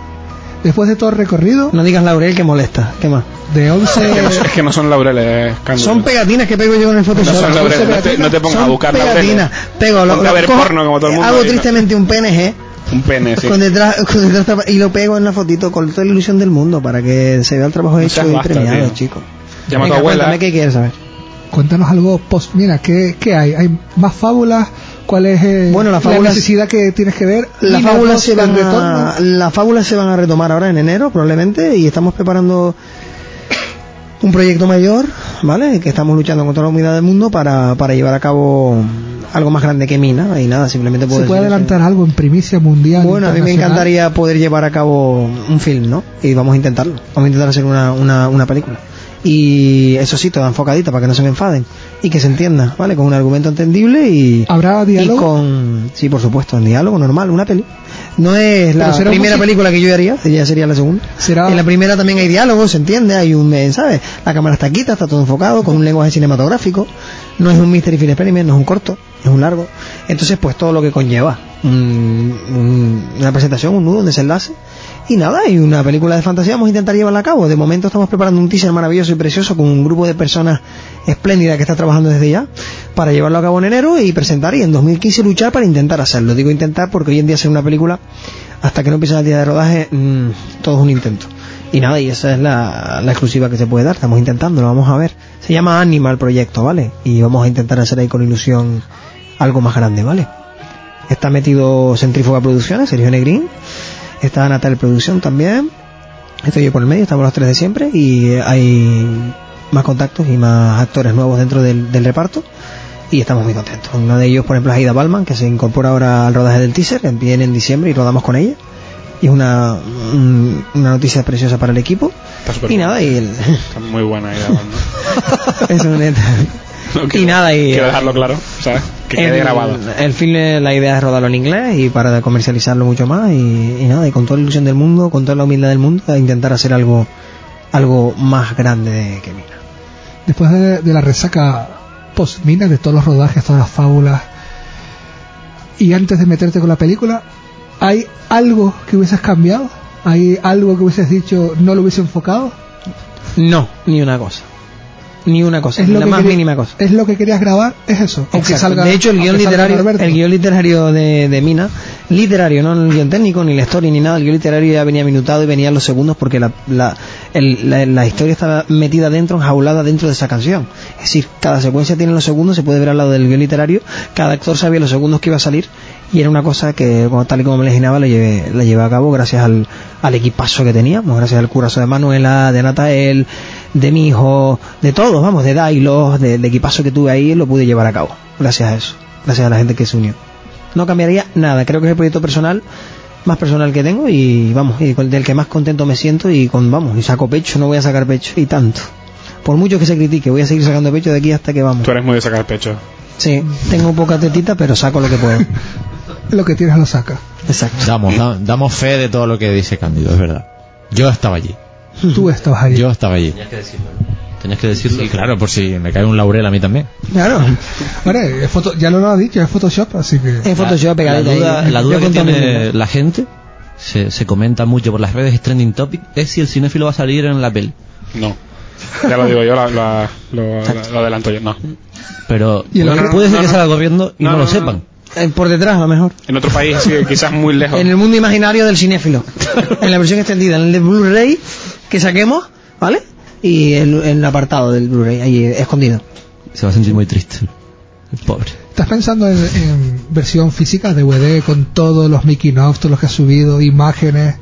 S2: después de todo el recorrido,
S5: No digas Laurel que molesta. ¿Qué más?
S2: de
S5: *laughs*
S2: 11.
S6: Es que no- *laughs* Es que no son laureles, Cándido.
S5: Son pegatinas que pego yo con el Photoshop.
S6: No son laureles,
S5: Son
S6: no te- no te pongas
S5: son
S6: a buscar laureles.
S5: pegatinas. Pego, lo,
S6: Ponte a
S5: lo
S6: ver
S5: cojo-
S6: porno como todo el mundo
S5: Hago
S6: y no.
S5: tristemente un PNG
S6: Un pene, sí.
S5: pues con detrás, *laughs* con detrás trapa- y lo pego en la fotito con toda la ilusión del mundo para que se vea el trabajo
S6: No
S5: hecho
S6: seas
S5: y
S6: basta,
S5: premiado,
S6: tío.
S5: chicos.
S6: Llama a tu
S5: Venga,
S6: abuela.
S5: cuéntame, ¿qué quieres saber?
S2: Cuéntanos algo post. Mira, ¿qué, qué hay? ¿Hay más fábulas? ¿Cuál es eh,
S5: Bueno, las fábulas-
S2: necesidad que tienes que ver?
S5: Las
S2: Y las
S5: fábulas
S2: dos,
S5: se
S2: el
S5: van
S2: retorno.
S5: a, las fábulas se van a retomar ahora en enero probablemente y estamos preparando un proyecto mayor, ¿vale? Que estamos luchando contra la humedad del mundo para, para llevar a cabo algo más grande que Mina y nada, simplemente puedo
S2: ¿Se puede
S5: decir eso.
S2: adelantar algo en primicia mundial?
S5: Bueno, a mí me
S2: internacional?
S5: encantaría poder llevar a cabo un film, ¿no? Y vamos a intentarlo. Vamos a intentar hacer una, una, una película. Y eso sí, toda enfocadita para que no se me enfaden y que se entienda, ¿vale? Con un argumento entendible y.
S2: ¿Habrá diálogo?
S5: Y con. Sí, por supuesto, en diálogo normal, una peli. No es la
S2: Pero será
S5: primera
S2: música.
S5: película que yo haría, ya sería la segunda. En la primera también hay diálogo, se entiende, hay un. eh, ¿Sabes? La cámara está quita, está todo enfocado, con un lenguaje cinematográfico. No es un Mystery Film Experiment, no es un corto, es un largo. Entonces, pues todo lo que conlleva un- un- una presentación, un nudo, un desenlace. Y nada, y una película de fantasía vamos a intentar llevarla a cabo. De momento estamos preparando un teaser maravilloso y precioso con un grupo de personas espléndidas que está trabajando desde ya para llevarlo a cabo en enero y presentar y en 2015 luchar para intentar hacerlo. Digo intentar porque hoy en día hacer una película hasta que no empiece el día de rodaje mm, todo es un intento. Y nada, y esa es la, la exclusiva que se puede dar. Estamos intentándolo, vamos a ver. Se llama Anima el proyecto, ¿vale? Y vamos a intentar hacer ahí con ilusión algo más grande, ¿vale? Está metido Centrífuga Producciones, Sergio Negrín. Está Natal Producción también. Estoy yo por el medio, estamos los tres de siempre. Y hay más contactos y más actores nuevos dentro del, del reparto. Y estamos muy contentos. Uno de ellos, por ejemplo, es Aida Balman, que se incorpora ahora al rodaje del teaser. Viene en diciembre y rodamos con ella. Y es una, un- una noticia preciosa para el equipo. Y nada, y el- *laughs*
S6: Está muy buena idea, ¿no?
S5: es un y nada, y
S2: eh,
S6: Quiero dejarlo claro, ¿sabes? Que quede
S5: el,
S6: grabado.
S5: El film, eh, la idea es rodarlo en inglés y para comercializarlo mucho más y, y nada, y con toda la ilusión del mundo, con toda la humildad del mundo, a intentar hacer algo algo más grande que mí.
S2: Después de, de la resaca post-mina, de todos los rodajes, todas las fábulas, y antes de meterte con la película, ¿hay algo que hubieses cambiado? ¿Hay algo que hubieses dicho no lo hubiese enfocado?
S5: No, ni una cosa. Ni una cosa,
S2: Es
S5: ni
S2: lo
S5: la
S2: que
S5: más
S2: quería-
S5: mínima cosa.
S2: Es lo que querías grabar, es eso. Aunque
S5: Exacto.
S2: salga,
S5: de hecho, el guión
S2: aunque salga
S5: literario,
S2: Norberto.
S5: el guión literario de, de Mina, literario, no el guión técnico, ni la historia, ni nada, el guión literario ya venía minutado y venía en los segundos porque la, la, el- la- la historia estaba metida dentro, enjaulada dentro de esa canción. Es decir, cada secuencia tiene los segundos, se puede ver al lado del guión literario, cada actor sabía los segundos que iba a salir y era una cosa que, bueno, tal y como me imaginaba, la llevé, la llevé a cabo gracias al, al equipazo que teníamos, gracias al curazo de Manuela, de Natael, de mi hijo, de todos, vamos, de Dailos, de- del equipazo que tuve ahí, lo pude llevar a cabo, gracias a eso, gracias a la gente que se unió. No cambiaría nada, creo que es el proyecto personal más personal que tengo y vamos, y con- del que más contento me siento y con, vamos, y saco pecho, no voy a sacar pecho y tanto. Por mucho que se critique, voy a seguir sacando pecho de aquí hasta que vamos.
S6: Tú eres muy de sacar pecho.
S5: Sí, tengo poca tetita, pero saco lo
S3: *laughs*
S5: que puedo.
S2: Lo que tienes lo sacas.
S5: Exacto.
S4: Damos, da- damos fe de todo lo que dice Cándido, es verdad. Yo estaba allí.
S5: Hmm.
S2: Tú estabas allí.
S4: Yo estaba allí.
S3: Tenías que decirlo. Tenías que decirlo.
S4: Sí, claro, por si me cae un laurel a mí también.
S2: Claro.
S5: Hmm.
S2: Hombre, es foto- ya lo has dicho, es Photoshop, así que...
S5: Es Photoshop
S3: La
S5: pegadito.
S3: duda,
S6: ¿eh?
S3: la duda
S5: Yo
S3: que
S5: contando
S3: tiene la gente, se, se comenta mucho por las redes, es trending topic, es si el cinéfilo va a salir en la peli.
S6: No. Ya lo digo yo, la- la- lo, la- lo adelanto yo. No.
S3: Pero
S6: Y el
S3: bueno,
S6: otro-
S3: puede ser
S6: no,
S3: que
S6: no.
S3: salga corriendo y
S6: No,
S3: no,
S6: no,
S3: lo
S6: no,
S3: sepan.
S5: Eh, Por detrás, a lo mejor.
S6: En otro país, sí, quizás muy lejos.
S5: En el mundo imaginario
S3: *laughs*
S5: del cinéfilo. en la versión extendida, en el de Blu-ray que saquemos, ¿vale? Y el, el apartado del Blu-ray, ahí eh, escondido.
S3: Se va a sentir muy triste. Pobre.
S2: ¿Estás pensando en, en versión física de DVD con todos los Mickey Knobs, todos los que has subido, imágenes?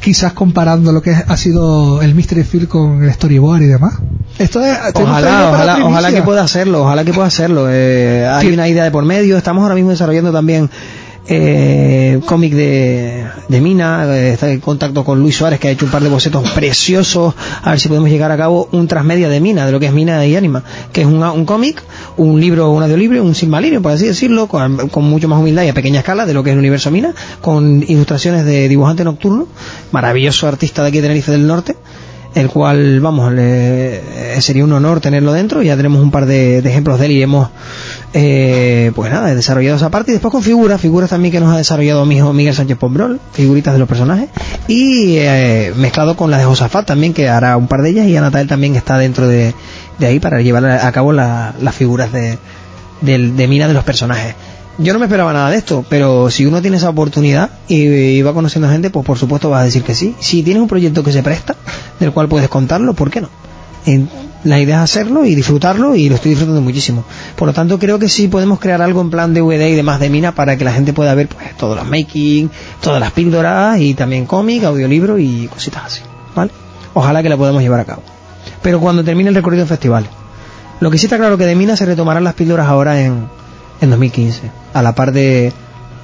S2: Quizás comparando lo que ha sido el Mystery Field con el storyboard y demás. Esto es, te hemos
S5: Ojalá,
S2: traído para
S5: ojalá,
S2: primicia.
S5: ojalá que pueda hacerlo, ojalá que pueda hacerlo. Eh, hay una idea de por medio, estamos ahora mismo desarrollando también eh, cómic de, de Mina, eh, está en contacto con Luis Suárez que ha hecho un par de bocetos preciosos, a ver si podemos llegar a cabo un transmedia de Mina, de lo que es Mina y Anima, que es un, un cómic, un libro, un audiolibro, un simbalirio, por así decirlo, con, con mucho más humildad y a pequeña escala de lo que es el universo Mina, con ilustraciones de dibujante nocturno, maravilloso artista de aquí de Tenerife del Norte el cual, vamos, le- eh, sería un honor tenerlo dentro. Ya tenemos un par de, de ejemplos de él y hemos, eh, pues nada, desarrollado esa parte. Y después con figuras, figuras también que nos ha desarrollado mi hijo Miguel Sánchez Pombrol, figuritas de los personajes. Y eh, mezclado con las de Josafat también, que hará un par de ellas. Y Anatal también que está dentro de, de ahí para llevar a cabo la- las figuras de, del- de mina de los personajes. Yo no me esperaba nada de esto, pero si uno tiene esa oportunidad y, y va conociendo gente, pues por supuesto vas a decir que sí. Si tienes un proyecto que se presta, del cual puedes contarlo, ¿por qué no? En- La idea es hacerlo y disfrutarlo y lo estoy disfrutando muchísimo. Por lo tanto, creo que sí podemos crear algo en plan DVD y demás de mina para que la gente pueda ver pues todos los making, todas las píldoras y también cómic, audiolibro y cositas así. ¿Vale? Ojalá que la podamos llevar a cabo. Pero cuando termine el recorrido en festivales. Lo que sí está claro que de mina se retomarán las píldoras ahora en, en 2015, a la par de,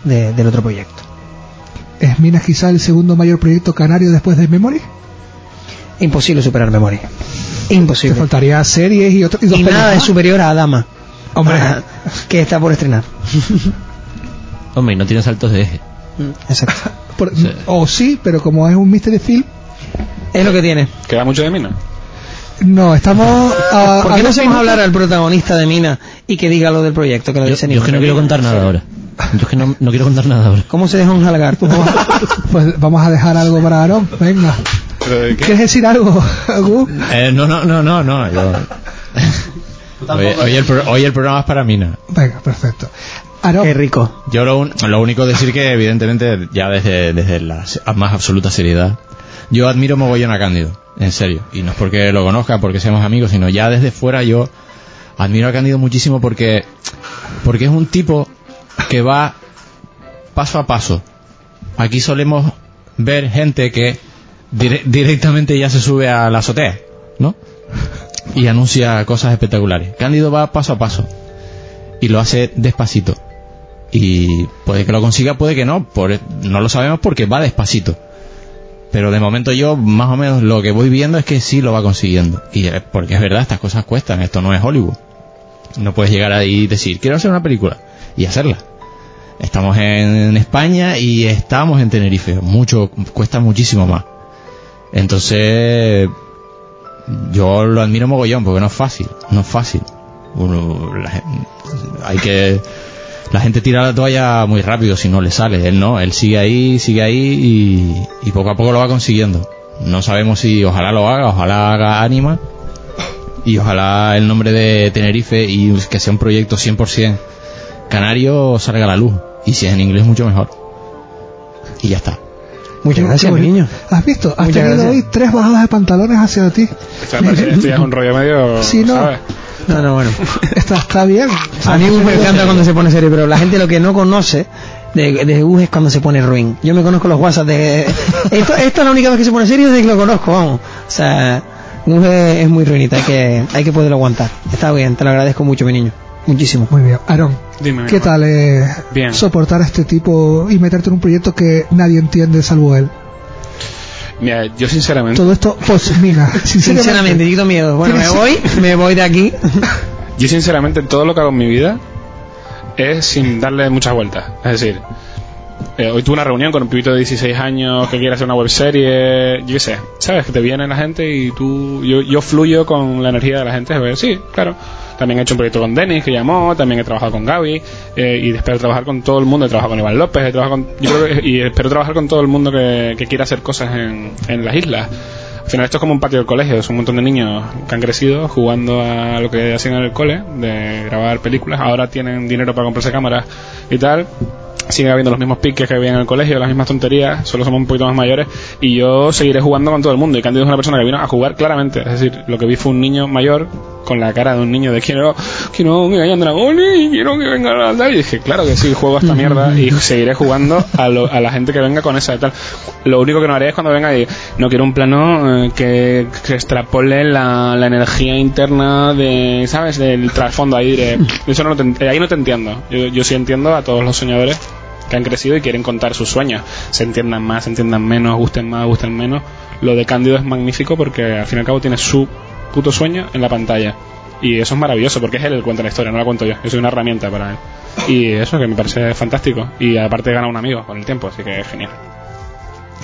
S5: de- del otro proyecto.
S2: ¿Es Minas quizá el segundo mayor proyecto canario después de Memory?
S5: Imposible superar memoria. Imposible.
S2: Te faltaría series y, otro, y dos
S5: Y
S2: pelis
S5: nada es
S2: más.
S5: superior a Adama.
S2: Hombre.
S5: Ah, que está por estrenar.
S3: Hombre, y no tiene saltos de eje.
S5: Mm. Exacto.
S2: Por- O sí, pero como es un mystery film,
S5: Es lo que tiene.
S6: Queda mucho de mí, ¿no?
S2: no,
S5: Ah,
S2: estamos... a-
S5: ¿Por
S2: a
S5: qué no
S2: dos
S5: hacemos
S2: minutos-
S5: hablar al protagonista de Mina y que diga lo del proyecto? Que lo
S3: Yo,
S5: dice
S3: yo es que no quiero contar nada ahora. Yo es que no, no quiero contar nada ahora.
S5: ¿Cómo se deja un lagarto?
S2: *laughs* Pues vamos a dejar algo para Aaron. Venga. ¿Quieres decir algo, *laughs* Gu?
S4: Eh, no, no, no, no, no. yo- Hoy, hoy el, pro- hoy el programa es para Mina.
S2: Venga, perfecto. Aaron.
S5: Qué rico.
S4: Yo lo, un- lo único decir que, evidentemente, ya desde, desde la se- más absoluta seriedad, yo admiro mogollón a Cándido, en serio. Y no es porque lo conozca, porque seamos amigos, sino ya desde fuera yo admiro a Cándido muchísimo porque, porque es un tipo que va paso a paso. Aquí solemos ver gente que dire- directamente ya se sube a la azotea, ¿no? Y anuncia cosas espectaculares. Cándido va paso a paso y lo hace despacito y puede que lo consiga, puede que no, por, no lo sabemos porque va despacito. Pero de momento yo más o menos lo que voy viendo es que sí lo va consiguiendo. Y eh, porque es verdad, estas cosas cuestan, esto no es Hollywood. No puedes llegar ahí y decir, quiero hacer una película y hacerla. Estamos en España y estamos en Tenerife, mucho cuesta muchísimo más. Entonces yo lo admiro mogollón porque no es fácil, no es fácil. Uno, la gen- hay que la gente tira la toalla muy rápido si no le sale. Él no, él sigue ahí, sigue ahí y, y poco a poco lo va consiguiendo. No sabemos si ojalá lo haga, ojalá haga ánima y ojalá el nombre de Tenerife y que sea un proyecto 100% canario salga a la luz. Y si es en inglés, mucho mejor. Y ya está.
S5: Muchas gracias,
S2: Qué
S5: mi
S2: bonito.
S5: niño.
S2: ¿Has visto? Has
S5: Muchas
S2: tenido
S5: gracias.
S2: hoy tres bajadas de pantalones hacia ti.
S6: Esto, me parece- esto ya es un rollo medio.
S2: Sí, no.
S6: ¿sabes?
S5: No, no, bueno.
S2: Está, está bien.
S5: A mí me encanta cuando se pone serio, pero la gente lo que no conoce de, de Gus es cuando se pone ruin. Yo me conozco los WhatsApp de. *laughs* Esto, esta es la única vez que se pone serio desde que lo conozco, vamos. O sea, Gus es, es muy ruinita, hay que, hay que poderlo aguantar. Está bien, te lo agradezco mucho, mi niño. Muchísimo.
S2: Muy bien. Aaron,
S6: Dime, mi
S2: ¿qué
S6: hermano.
S2: tal eh,
S6: Bien.
S2: soportar a este tipo y meterte en un proyecto que nadie entiende salvo él?
S6: Mira, yo sinceramente.
S2: Todo esto, pues, mira,
S5: *laughs*
S2: sinceramente,
S5: Sinceramente, yo quito miedo. Bueno, me
S2: Tienes-
S5: voy, me voy de
S2: *laughs*
S5: aquí.
S6: Yo sinceramente todo lo que hago en mi vida es sin darle muchas vueltas. Es decir, eh, hoy tuve una reunión con un pibito de 16 años que quiere hacer una web serie, yo qué sé, ¿sabes? Que te viene la gente y tú, yo, yo fluyo con la energía de la gente. ¿sabes? Sí, claro. También he hecho un proyecto con Denis, que llamó, también he trabajado con Gaby, eh, y espero trabajar con todo el mundo, he trabajado con Iván López, he trabajado con, yo creo que- y espero trabajar con todo el mundo que, que quiera hacer cosas en, en las islas. Al final esto es como un patio del colegio, es un montón de niños que han crecido jugando a lo que hacían en el cole, de grabar películas, ahora tienen dinero para comprarse cámaras y tal, siguen habiendo los mismos piques que había en el colegio, las mismas tonterías, solo somos un poquito más mayores y yo seguiré jugando con todo el mundo y Cándido es una persona que vino a jugar claramente, es decir, lo que vi fue un niño mayor con la cara de un niño de quiero, quiero que vayan dragones y quiero que vengan a andar y dije, claro que sí, juego a esta mierda y seguiré jugando a, lo- a la gente que venga con esa y tal. Lo único que no haré es cuando venga y no quiero un plano eh, que, que extrapole la, la energía interna de, ¿sabes? Del trasfondo ahí diré, eso no te en- eh, ahí no te entiendo. Yo, yo sí entiendo a todos los soñadores que han crecido y quieren contar sus sueños. Se entiendan más, se entiendan menos, gusten más, gusten menos. Lo de Cándido es magnífico porque al fin y al cabo tiene su puto sueño en la pantalla. Y eso es maravilloso porque es él el que cuenta la historia, no la cuento yo. Yo soy una herramienta para él. Y eso que me parece fantástico. Y aparte gana un amigo con el tiempo, así que es genial.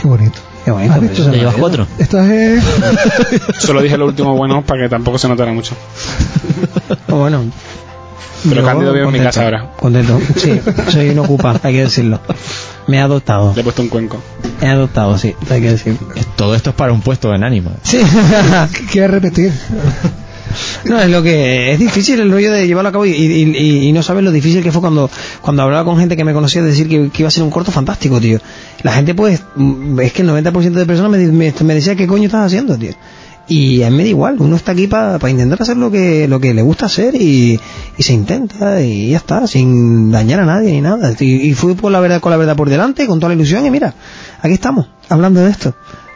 S2: Qué bonito.
S5: Qué pues, bonito,
S2: ¿Has
S5: pero
S2: visto
S5: ya
S2: esa
S5: llevas cuatro.
S2: maravilla? Esto es...
S6: Solo dije lo último bueno para que tampoco se notara mucho.
S5: Oh, Bueno.
S6: Pero
S5: yo
S6: Cándido vive en mi
S5: contento,
S6: casa ahora.
S5: Contento, sí. Soy un ocupa, hay que decirlo. Me ha adoptado.
S6: Le he puesto un cuenco.
S5: Me ha adoptado, sí, hay que decirlo.
S4: Todo esto es para un puesto en ánima.
S5: Sí.
S2: Quiere repetir.
S5: No, es lo que es difícil el rollo de llevarlo a cabo y, y- y- y no sabes lo difícil que fue cuando, cuando hablaba con gente que me conocía de decir que, que iba a ser un corto fantástico, tío. La gente, pues, mm, es que el 90% de personas me, di- me, me decía, ¿qué coño estás haciendo, tío? Y a mí me da igual, uno está aquí para intentar hacer lo que, lo que le gusta hacer y, y se intenta y ya está, sin dañar a nadie ni nada. Y, y fui por la verdad, con la verdad por delante, con toda la ilusión y mira, aquí estamos, hablando de esto.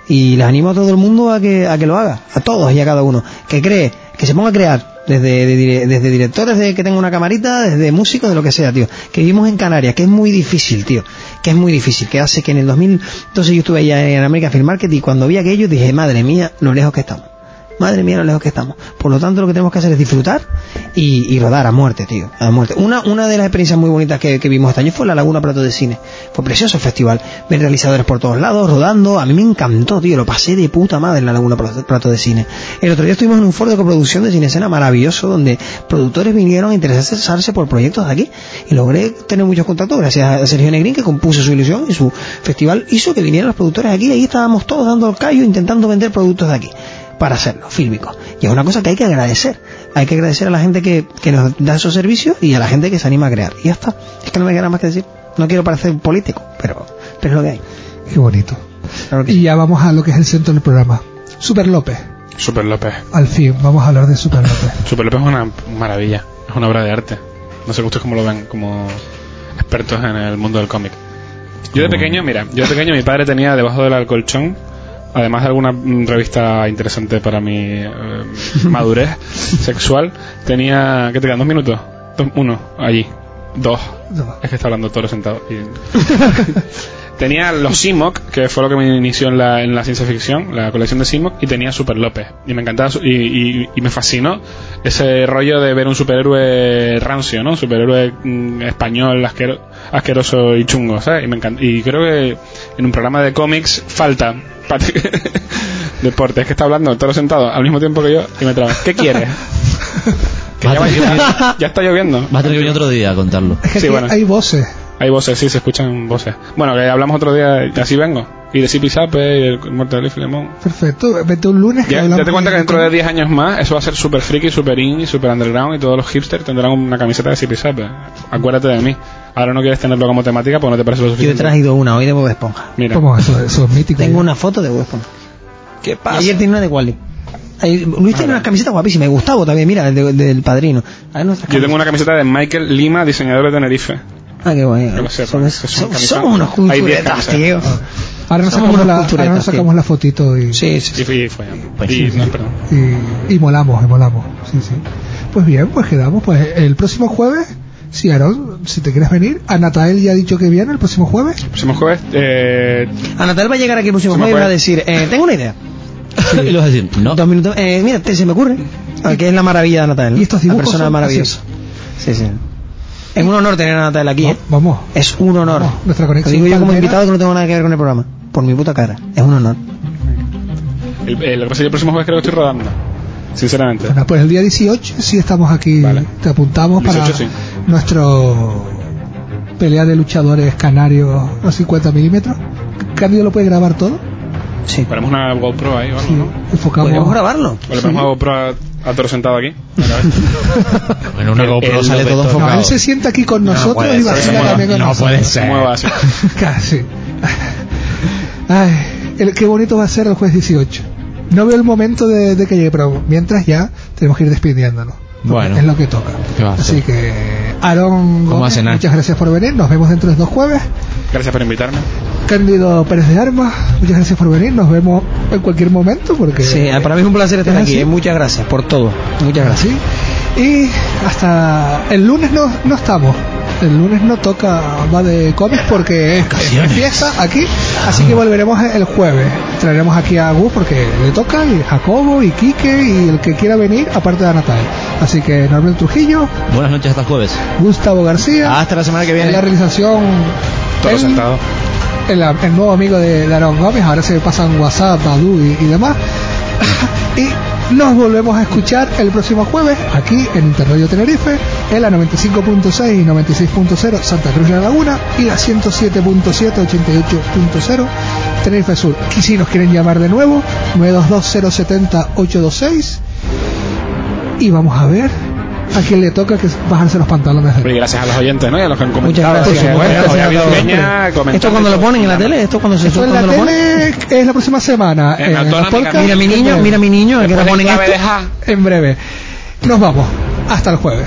S5: Y les animo a todo el mundo a que, a que lo haga, a todos y a cada uno, que cree, que se ponga a crear, desde, de dire- desde directores de que tenga una camarita, desde músicos, de lo que sea, tío. Que vivimos en Canarias, que es muy difícil, tío. Que es muy difícil. Que hace que en el 2012 yo estuve allá en América Film Market y cuando vi aquello dije, madre mía, lo lejos que estamos. Madre mía, lo lejos que estamos. Por lo tanto, lo que tenemos que hacer es disfrutar y, y rodar a muerte, tío. A muerte. Una, una de las experiencias muy bonitas que, que vimos este año fue la Laguna Plato de Cine. Fue precioso el festival. Ver realizadores por todos lados, rodando. A mí me encantó, tío. Lo pasé de puta madre en la Laguna Plato Plato de Cine. El otro día estuvimos en un foro de coproducción de Cinescena maravilloso, donde productores vinieron a interesarse por proyectos de aquí. Y logré tener muchos contactos gracias a Sergio Negrín, que compuso su ilusión y su festival hizo que vinieran los productores aquí. Y ahí estábamos todos dando el callo, intentando vender productos de aquí para hacerlo, fílmico. Y es una cosa que hay que agradecer. Hay que agradecer a la gente que, que nos da esos servicios y a la gente que se anima a crear. Y ya está. Es que no me queda más que decir. No quiero parecer político, pero, pero es lo que hay.
S2: Qué bonito. Y ya vamos a lo que es el centro del programa. Super López.
S6: Super López.
S2: Al fin, vamos a hablar de Super
S6: *laughs*
S2: López.
S6: Super López es una maravilla. Es una obra de arte. No sé ustedes cómo lo ven como expertos en el mundo del cómic. Yo de pequeño, mira, yo de pequeño mi padre tenía debajo del colchón, además de alguna mm, revista interesante para mi eh, madurez sexual, tenía, ¿qué te quedan? ¿Dos minutos? Dos- uno, allí. Dos. Es que está hablando todo sentado. y- *laughs* tenía los Simoc, que fue lo que me inició en la, en la ciencia ficción, la colección de Simoc, y tenía Super López. Y me encantaba su- y, y- y me fascinó ese rollo de ver un superhéroe rancio, ¿no? Un superhéroe mm, español asquero- asqueroso y chungo, ¿sabes? Y, me encan- y creo que en un programa de cómics falta. *laughs* Patrick- Deporte, es que está hablando todo sentado al mismo tiempo que yo y me traba. ¿Qué quieres? Que ya, va- ya- ya está lloviendo.
S3: Vas a tener que venir otro día a contarlo.
S2: Es que
S6: Sí,
S2: aquí
S6: bueno.
S2: hay voces.
S6: Hay voces, sí, se escuchan voces. Bueno, que hablamos otro día, y así vengo. Y de Zipi Zape, y el muerto de Leaf Lemon.
S2: Perfecto. Vete un lunes que
S6: Ya,
S2: hablamos
S6: ya te cuenta que
S2: de-
S6: dentro de 10 años más eso va a ser super friki, super indie, super underground y todos los hipsters tendrán una camiseta de Zipi Zape. Acuérdate de mí. Ahora no quieres tenerlo como temática porque no te parece lo
S5: Yo he
S6: suficiente.
S5: traído una hoy de Bob Esponja.
S6: Mira.
S2: ¿Cómo? Eso, eso es mítico.
S5: Tengo una foto de Bob Esponja. ¿Qué pasa? Ayer tenía una de Wally. Luis tiene unas camisetas guapísimas. Y Gustavo también, mira, de- del padrino. Hay nuestras
S6: Yo tengo una camiseta de Michael Lima, diseñador de Tenerife.
S5: cam- Ah, qué guay.
S6: Que lo sepas. Es una
S5: Somos,
S6: camisa-
S5: somos unos
S6: Hay 10
S5: culturetas,
S6: camisas.
S5: tío.
S2: Ahora nos
S5: Somos
S2: sacamos,
S5: unos
S2: la, ahora
S5: culturetas,
S2: nos sacamos la fotito y,
S5: Sí, sí.
S6: Y fui- y fue- y- no, perdón.
S2: y, y molamos, y molamos. Sí, sí. Pues bien, pues quedamos. Pues el próximo jueves, si Aarón, si te quieres venir, Anatael ya ha dicho que viene el próximo jueves.
S6: Próximo jueves, eh,
S5: A Natal va a llegar aquí el próximo
S6: Se me
S5: jueves y va a
S6: fue.
S5: decir, eh, tengo una idea.
S3: y le vas a decir, no.
S5: Dos minutos. Eh, mira, te- se me ocurre. Ah, Que es la maravilla de Natal.
S2: Y estos dibujos
S5: La persona
S2: son
S5: maravillosa. Sí, sí. Es un honor tener a Natal aquí. ¿eh?
S2: Vamos.
S5: Es un honor.
S2: Vamos, nuestra
S5: Lo
S2: conexión
S5: digo yo como
S2: palmera.
S5: invitado que no tengo nada que ver con el programa. Por mi puta cara. Es un honor.
S6: el, eh, lo que pasa es que el próximo jueves creo que estoy rodando. Sinceramente.
S2: Bueno, pues el día 18 sí estamos aquí. Te apuntamos para
S6: 18 sí.
S2: nuestro pelea de luchadores canarios a 50 milímetros. Cambio lo puede grabar todo.
S5: Sí.
S6: Ponemos una GoPro ahí o algo, ¿no?
S2: Enfocamos.
S5: Podríamos grabarlo.
S6: O le ponemos a GoPro a, a Toro sentado aquí. Mira, a ver.
S4: En una
S6: El-
S4: GoPro
S6: el
S4: sale todo
S6: doctor.
S2: No,
S4: enfocado.
S2: él se sienta aquí con nosotros
S4: puede
S2: y
S4: ser,
S2: vacila
S4: no,
S2: también con
S4: no
S2: nosotros.
S4: puede ser.
S6: Se
S5: *laughs*
S6: mueva así.
S2: *laughs* Casi. Ay, el, qué bonito va a ser el jueves 18. No veo el momento de, de que llegue, pero mientras ya tenemos que ir despidiéndonos. porque
S4: Bueno.
S2: Es lo que toca.
S4: ¿Qué va a
S2: Así
S4: hacer?
S2: que, Aarón,
S4: ¿Cómo va a
S2: Gómez,
S4: cenar?
S2: muchas gracias por venir. Nos vemos dentro de dos jueves.
S6: Gracias por invitarme.
S2: Cándido Pérez de Armas, muchas gracias por venir. Nos vemos en cualquier momento porque
S5: Sí, ah, para mí es un placer estar
S2: ¿Es
S5: aquí.
S2: así?
S5: eh. Muchas gracias por todo. Muchas gracias.
S2: Sí. Y hasta el lunes no, no estamos. El lunes no toca va de cómics porque es, es fiesta aquí. Así que volveremos el jueves. Traeremos aquí a Gus porque le toca, y Jacobo, y Quique, y el que quiera venir, aparte de Natal. Así que Norberto Trujillo,
S3: Buenas noches hasta el jueves.
S2: Gustavo
S5: Ah,
S2: García,
S4: Hasta la semana que
S5: eh.
S2: en
S4: viene.
S2: la realización.
S6: Toro
S2: el-
S6: sentado.
S2: el, el nuevo amigo de, de Aaron Gómez, ahora se pasan WhatsApp, Badu y, y demás. *laughs* y nos volvemos a escuchar el próximo jueves aquí en Interradio Tenerife, en la 95.6 y 96.0 Santa Cruz de la Laguna y la 107.7 88.0 Tenerife Sur. Y si nos quieren llamar de nuevo, 922 070 826 y vamos a ver a quien le toca que es bajarse los pantalones.
S6: Hombre, y gracias a los oyentes, ¿no? Y a los que han
S2: Muchas
S6: comentado.
S2: gracias,
S6: Por supuesto,
S2: gracias
S6: hoy ha
S2: a
S6: habido
S2: todos.
S6: peña, comentando
S5: Esto cuando
S6: y
S5: lo
S6: todo.
S5: ponen en la tele, esto cuando se
S2: Esto en la
S5: cuando lo ponen-
S2: tele es la próxima semana.
S6: En
S2: eh,
S6: Autónoma,
S2: los podcasts.
S6: mira
S5: mi niño, mira mi niño, el que
S2: Después
S5: le ponen
S2: de clave
S5: esto.
S2: de ja. En breve. Nos vamos. Hasta el jueves.